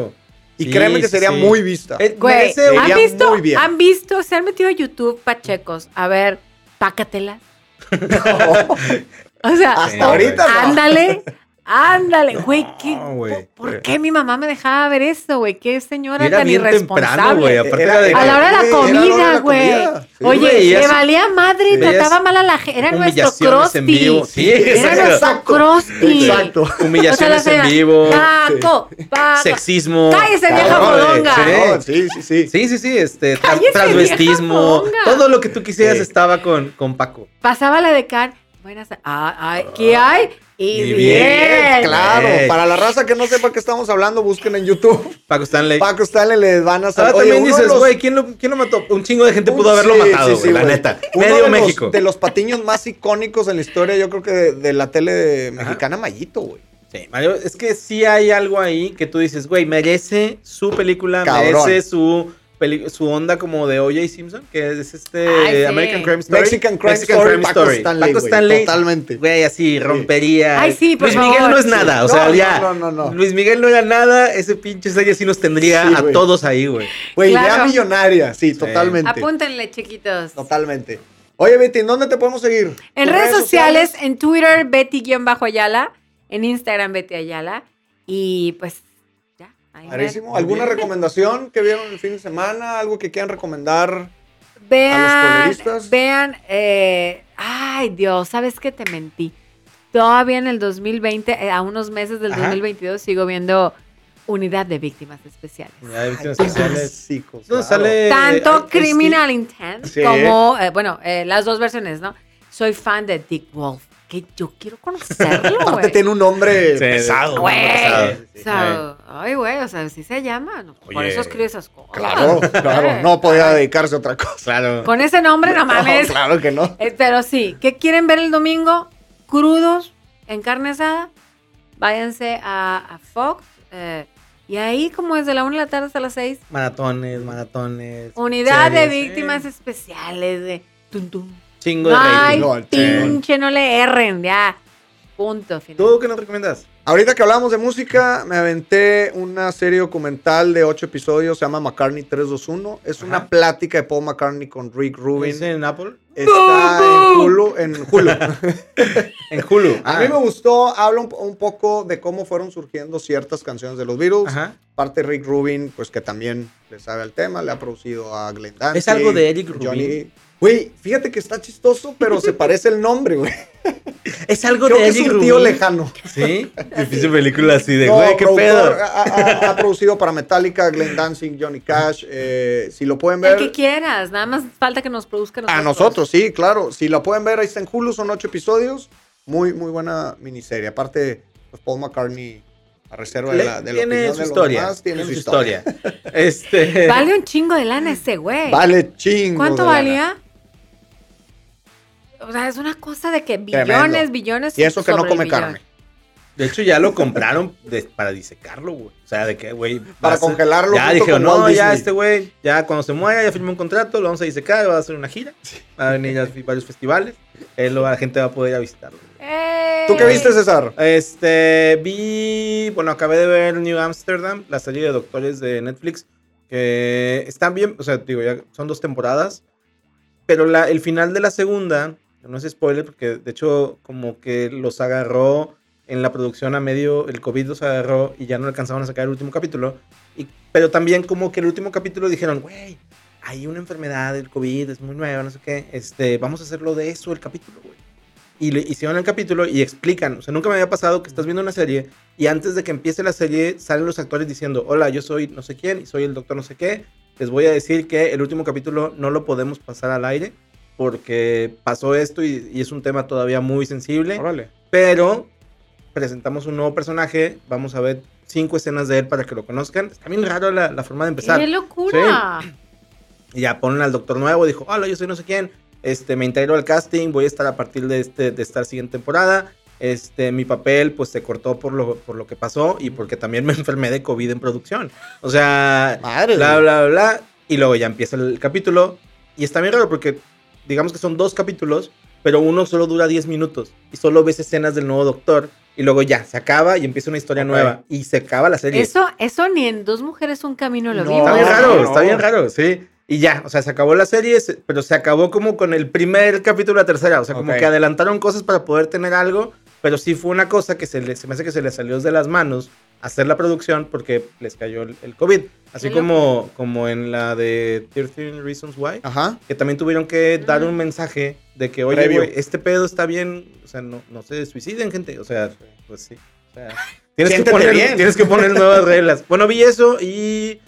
S1: Y
S2: Sí,
S1: créeme que
S2: sí,
S1: sería
S2: sí.
S1: muy vista.
S2: Eh,
S3: Güey, ah,
S2: merece-
S1: Sería
S3: ¿han visto,
S1: muy bien.
S3: han visto, se han metido a YouTube pachecos. A ver, pácatela. o sea,
S1: Hasta
S2: no,
S1: ahorita no.
S3: ándale, ándale. Güey, ¿qué-
S2: No, güey.
S3: ¿por, por qué mi mamá me dejaba ver eso, güey? Qué señora
S2: Era
S3: tan
S2: bien
S3: irresponsable.
S2: temprano, güey. Aparte
S1: Era-
S2: era de
S3: A la hora de la
S1: Güey, era la hora de
S3: comida,
S1: la
S3: güey.
S1: comida. Sí,
S3: Oye,
S2: güey,
S3: le
S2: eso-
S3: valía madre y
S2: Sí.
S3: trataba mal a la gente. Era nuestro
S2: humillaciones en
S3: Krusty.
S2: vivo. Sí,
S3: Era
S2: exacto.
S3: nuestro Krusty.
S1: Exacto.
S2: Humillaciones
S3: O sea, la
S2: en
S3: señora,
S2: vivo.
S3: Paco, Paco.
S2: Sexismo.
S3: Cállese,
S1: vieja
S2: Cabrón, güey,
S3: fodonga.
S2: sí.
S1: No, Ah, sí, sí, sí.
S2: Sí, sí, sí, este, tra-
S3: Cállese,
S2: transvestismo,
S3: vieja fodonga.
S2: todo lo que tú quisieras
S1: Sí.
S2: estaba con, con Paco.
S3: Pasaba la de Can. Buenas. Ah, ah, ¿Qué hay? Y,
S2: Y
S3: bien.
S2: bien,
S1: Claro,
S2: Ey.
S1: para la raza que no sepa qué estamos hablando, busquen en YouTube.
S2: Paco Stanley.
S1: Paco Stanley le van a
S2: Ahora
S1: salir. Oye,
S2: también
S1: uno de
S2: dices,
S1: los-
S2: güey, ¿quién, lo, ¿quién lo mató? Un chingo de gente
S1: Un-
S2: pudo haberlo
S1: sí,
S2: matado,
S1: sí,
S2: güey,
S1: sí,
S2: la
S1: güey.
S2: neta.
S1: Uno
S2: Medio
S1: de los-
S2: México.
S1: de los patiños más icónicos en la historia, yo creo que de, de la tele mexicana, Mayito, güey.
S2: Sí, Mario, es que sí hay algo ahí que tú dices, güey, merece su película,
S1: Cabrón.
S2: merece su, peli- su onda como de O.J. Simpson, que es este
S3: Ay, sí.
S2: American Crime Story.
S1: Mexican Crime
S2: Mexican
S1: Story,
S2: Crime
S1: Paco
S2: Story.
S1: Stanley,
S2: Paco
S1: güey,
S2: Stanley,
S1: totalmente.
S2: Güey, así, rompería.
S3: Ay, sí, por
S2: Luis
S3: favor.
S2: Miguel no es
S3: Sí.
S2: nada, o
S1: No,
S2: sea,
S1: no,
S2: ya.
S1: no, no, no.
S2: Luis Miguel no era nada, ese pinche serie sí nos tendría
S1: Sí,
S2: a
S1: güey.
S2: todos ahí, güey.
S1: Güey, idea
S3: Claro.
S1: millonaria, sí, totalmente.
S3: Apúntenle, chiquitos.
S1: Totalmente. Oye, Betty, ¿en dónde te podemos seguir?
S3: En
S1: ¿Tus
S3: redes sociales, en Twitter, Betty-Ayala, en Instagram, Betty Ayala. Y pues, ya. ahí me-
S1: Padrísimo. ¿Alguna recomendación que vieron el fin de semana? ¿Algo que quieran recomendar? a
S3: Vean,
S1: los coleristas.
S3: vean, eh, ay Dios, ¿sabes que te mentí? Todavía en el 2020, eh, a unos meses del
S2: Ajá.
S3: 2022, sigo viendo Unidad de Víctimas Especiales.
S2: Ya, víctimas
S1: Ay,
S2: especiales.
S1: clásicos,
S2: No,
S1: claro.
S2: sale,
S3: Tanto
S2: ay, este-
S3: Criminal Intent
S1: Sí.
S3: como, eh, bueno, eh, las dos versiones, ¿no? Soy fan de Dick Wolf, que yo quiero conocerlo,
S1: Aparte
S3: güey.
S1: tiene un nombre
S2: Sí,
S1: pesado.
S3: güey.
S1: un nombre pesado.
S3: O sea, ay, güey, o sea, sí se llama. ¿no? Por
S2: Oye.
S3: eso escribe esas cosas.
S1: Claro, claro. No podía dedicarse a otra cosa.
S2: Claro.
S3: Con ese nombre no mames.
S1: No, claro que no.
S3: Eh, pero sí, ¿qué quieren ver el domingo? Crudos, en carne asada. Váyanse a, a Fox. eh, y ahí, como desde la 1 de la tarde hasta las 6,
S2: Maratones, maratones.
S3: unidad de
S2: series,
S3: víctimas
S2: eh, especiales
S3: especiales de tum, tum.
S2: Chingo de rating.
S3: Ay,
S1: No, el
S3: pinche, no le erren, ya. Punto final.
S2: ¿Tú qué nos recomiendas?
S1: Ahorita que hablamos de música, me aventé una serie documental de ocho episodios, se llama McCartney 321. Es
S2: Ajá.
S1: una plática de Paul McCartney con Rick Rubin.
S2: ¿Es en Apple?
S1: Está en Hulu. En
S2: Ah.
S1: Hulu.
S2: En Hulu.
S1: A mí me gustó, habla un, un poco de cómo fueron surgiendo ciertas canciones de los Beatles.
S2: Ajá.
S1: Parte Rick Rubin, pues que también le sabe al tema, le ha producido a Glenn Danzig.
S2: Es algo de Eric
S1: Johnny-
S2: Rubin.
S1: Güey, fíjate que está chistoso, pero se parece el nombre, güey.
S2: Es algo
S1: Creo
S2: de
S1: que es
S2: Eric
S1: un tío
S2: Rubin.
S1: lejano.
S2: Sí. Difícil película así de,
S1: No,
S2: güey, qué
S1: productor, ah,
S2: pedo.
S1: Ha, ha- ha producido para Metallica, Glenn Dancing, Johnny Cash. eh, si lo pueden ver.
S3: El que quieras, nada más falta que nos produzcan
S1: A nosotros, sí, claro. Si la pueden ver, ahí está en Hulu, son ocho episodios. Muy, muy buena miniserie. Aparte, pues, Paul McCartney, a reserva de la, de la
S2: tiene
S1: opinión
S2: su
S1: de los
S2: historia.
S1: demás,
S2: tiene su historia. Este.
S3: Vale un chingo de lana ese güey.
S1: Vale chingo.
S3: ¿Cuánto
S1: de lana.
S3: valía? O sea, es una cosa de que billones,
S1: Tremendo.
S3: billones.
S1: Y eso que no
S3: sobre el
S1: come
S3: billón.
S1: carne.
S2: De hecho, ya lo compraron de- para disecarlo, güey. O sea, de que, güey.
S1: Para
S2: vas a-
S1: congelarlo.
S2: Ya
S1: junto
S2: dije,
S1: con
S2: no,
S1: Walt
S2: ya
S1: Disney.
S2: este güey, ya cuando se muera, ya firmó un contrato, lo vamos a disecar, va a hacer una gira. Va a venir a varios festivales. él lo- la gente va a poder ir a visitarlo.
S3: ¡Ey!
S1: ¿Tú qué viste, César?
S2: Este, vi, bueno, acabé de ver New Amsterdam, la serie de doctores de Netflix, que están bien, o sea, digo, ya son dos temporadas, pero la, el final de la segunda, no es spoiler, porque de hecho como que los agarró en la producción a medio, el COVID los agarró y ya no alcanzaban a sacar el último capítulo, y, pero también como que el último capítulo dijeron, güey, hay una enfermedad del COVID, es muy nueva, no sé qué, este, vamos a hacerlo de eso el capítulo, güey. Y le hicieron el capítulo y explican, o sea, nunca me había pasado que estás viendo una serie y antes de que empiece la serie salen los actores diciendo, hola, yo soy no sé quién y soy el doctor no sé qué, les voy a decir que el último capítulo no lo podemos pasar al aire porque pasó esto y, y es un tema todavía muy sensible
S1: Órale.
S2: pero presentamos un nuevo personaje, vamos a ver cinco escenas de él para que lo conozcan. Está bien raro la, la forma de empezar.
S3: ¡Qué locura!
S2: Y ya ponen al doctor nuevo, dijo, hola, yo soy no sé quién, este, me integro al casting, voy a estar a partir de, este, de esta siguiente temporada. Este, mi papel pues se cortó por lo, por lo que pasó y porque también me enfermé de COVID en producción. O sea,
S1: Madre.
S2: bla, bla, bla, bla. Y luego ya empieza el capítulo. Y está bien raro porque digamos que son dos capítulos, pero uno solo dura 10 minutos. Y solo ves escenas del nuevo doctor. Y luego ya, se acaba y empieza una historia
S1: Ok.
S2: nueva. Y se acaba la serie.
S3: Eso, eso ni en dos mujeres un camino lo
S1: No,
S3: vimos.
S2: está bien
S1: no,
S2: raro,
S1: no.
S2: está bien raro, sí. Y ya, o sea, se acabó la serie, se- pero se acabó como con el primer capítulo, la tercera. O sea, como
S1: Ok.
S2: que adelantaron cosas para poder tener algo. Pero sí fue una cosa que se, le, se me hace que se le salió de las manos hacer la producción porque les cayó el, el COVID. Así
S3: Qué
S2: como, como en la de 13 Reasons Why
S1: Ajá.
S2: que también tuvieron que
S3: Ujú.
S2: dar un mensaje de que, oye,
S1: Previo.
S2: güey, este pedo está bien, o sea, no, no se suiciden, gente, o sea, pues sí. o sea, tienes, que
S1: Siéntete
S2: poner,
S1: bien.
S2: tienes que poner nuevas reglas. Bueno, vi eso y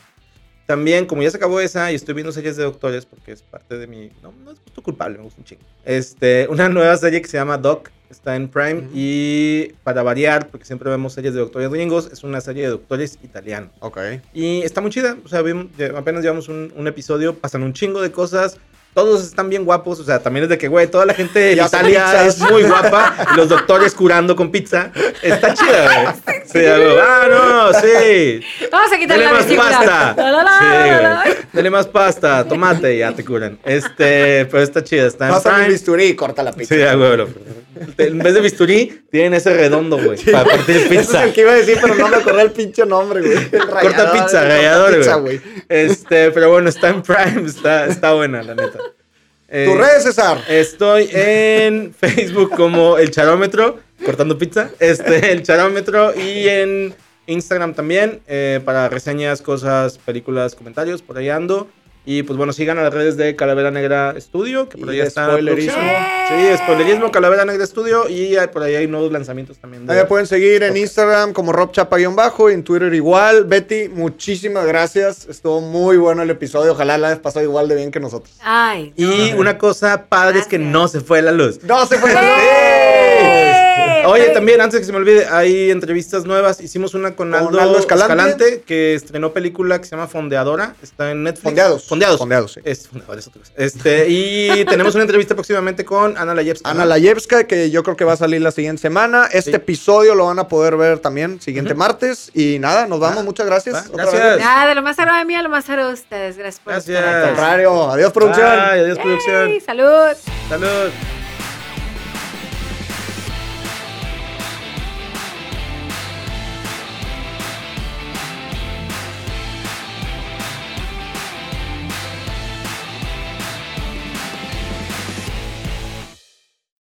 S2: También, como ya se acabó esa y estoy viendo series de doctores porque es parte de mi. No, no es justo culpable, me gusta un chingo. Este, una nueva serie que se llama Doc, está en Prime.
S1: Ujú.
S2: Y para variar, porque siempre vemos series de doctores gringos, es una serie de doctores italianos.
S1: Ok.
S2: Y está muy chida. O sea, vimos- lle- apenas llevamos un, un episodio, pasan un chingo de cosas. Todos están bien guapos. O sea, también es de que, güey, toda la gente de
S1: Y hacen
S2: Italia
S1: pizzas.
S2: es muy guapa. y los doctores curando con pizza. Está chida, güey. Sí, a huevo. ah, no, sí.
S3: Vamos a
S2: Dele
S3: quitarle la
S2: más
S3: vesícula.
S2: pasta.
S3: La, la, la,
S2: Sí,
S3: la, la.
S2: güey. Dele más pasta, tomate y ya te curan. Este, pero está chida. Está en
S1: Pasa mi
S2: Prime.
S1: bisturí y corta la pizza.
S2: Sí, a huevo. lo- En vez de bisturí, tienen ese redondo, güey. Para partir
S1: Ese es
S2: pizza.
S1: el que iba a decir, pero no me acordé el pinche nombre, güey. El rallador,
S2: pizza,
S1: el
S2: rallador,
S1: corta pizza,
S2: güey.
S1: güey.
S2: Este, pero bueno, está en Prime, está, está buena, la neta. Eh,
S1: Tus redes, César.
S2: Estoy en Facebook como El Charómetro, cortando pizza. Este, El Charómetro y en Instagram también eh, para reseñas, cosas, películas, comentarios, por ahí ando. Y pues bueno, sigan a las redes de Calavera Negra Studio, que por
S1: Y
S2: ahí
S1: de
S2: está.
S1: spoilerismo.
S2: Sí, spoilerismo, Calavera Negra Studio y eh, por ahí hay nuevos lanzamientos también. de-
S1: Ahí me pueden seguir en Instagram como robchapa-bajo, en Twitter igual. Betty, muchísimas gracias. Estuvo muy bueno el episodio. Ojalá la hayas pasado igual de bien que nosotros.
S3: Ay.
S2: Y una cosa padre es que
S3: Gracias.
S2: no se fue la luz.
S1: ¡No se fue!
S3: ¡Sí!
S1: este ¡Sí!
S2: Oye,
S3: Ey.
S2: también, antes de que se me olvide, hay entrevistas nuevas. Hicimos una con
S1: Con
S2: Aldo,
S1: Aldo
S2: Escalante.
S1: Escalante.
S2: que estrenó película que se llama Fondeadora. Está en Netflix.
S1: Fondeados.
S2: Fondeados.
S1: Fondeados, sí.
S2: Es, Fondeadora es otra cosa. Este, y tenemos una entrevista próximamente con Ana Layevska.
S1: Ana Layevska, que yo creo que va a salir la siguiente semana. Este
S2: Sí.
S1: episodio lo van a poder ver también siguiente martes. Y nada, nos vamos.
S2: Ah,
S1: Muchas gracias.
S2: va,
S1: otra
S2: gracias.
S1: vez.
S3: Nada, Ah, de lo más cero de mí a lo más cero de ustedes. Gracias por
S2: Gracias.
S3: estar
S1: Al
S3: acá.
S1: contrario. Adiós, producción.
S2: Ay, adiós,
S3: Yay,
S2: producción.
S3: Salud.
S2: Salud.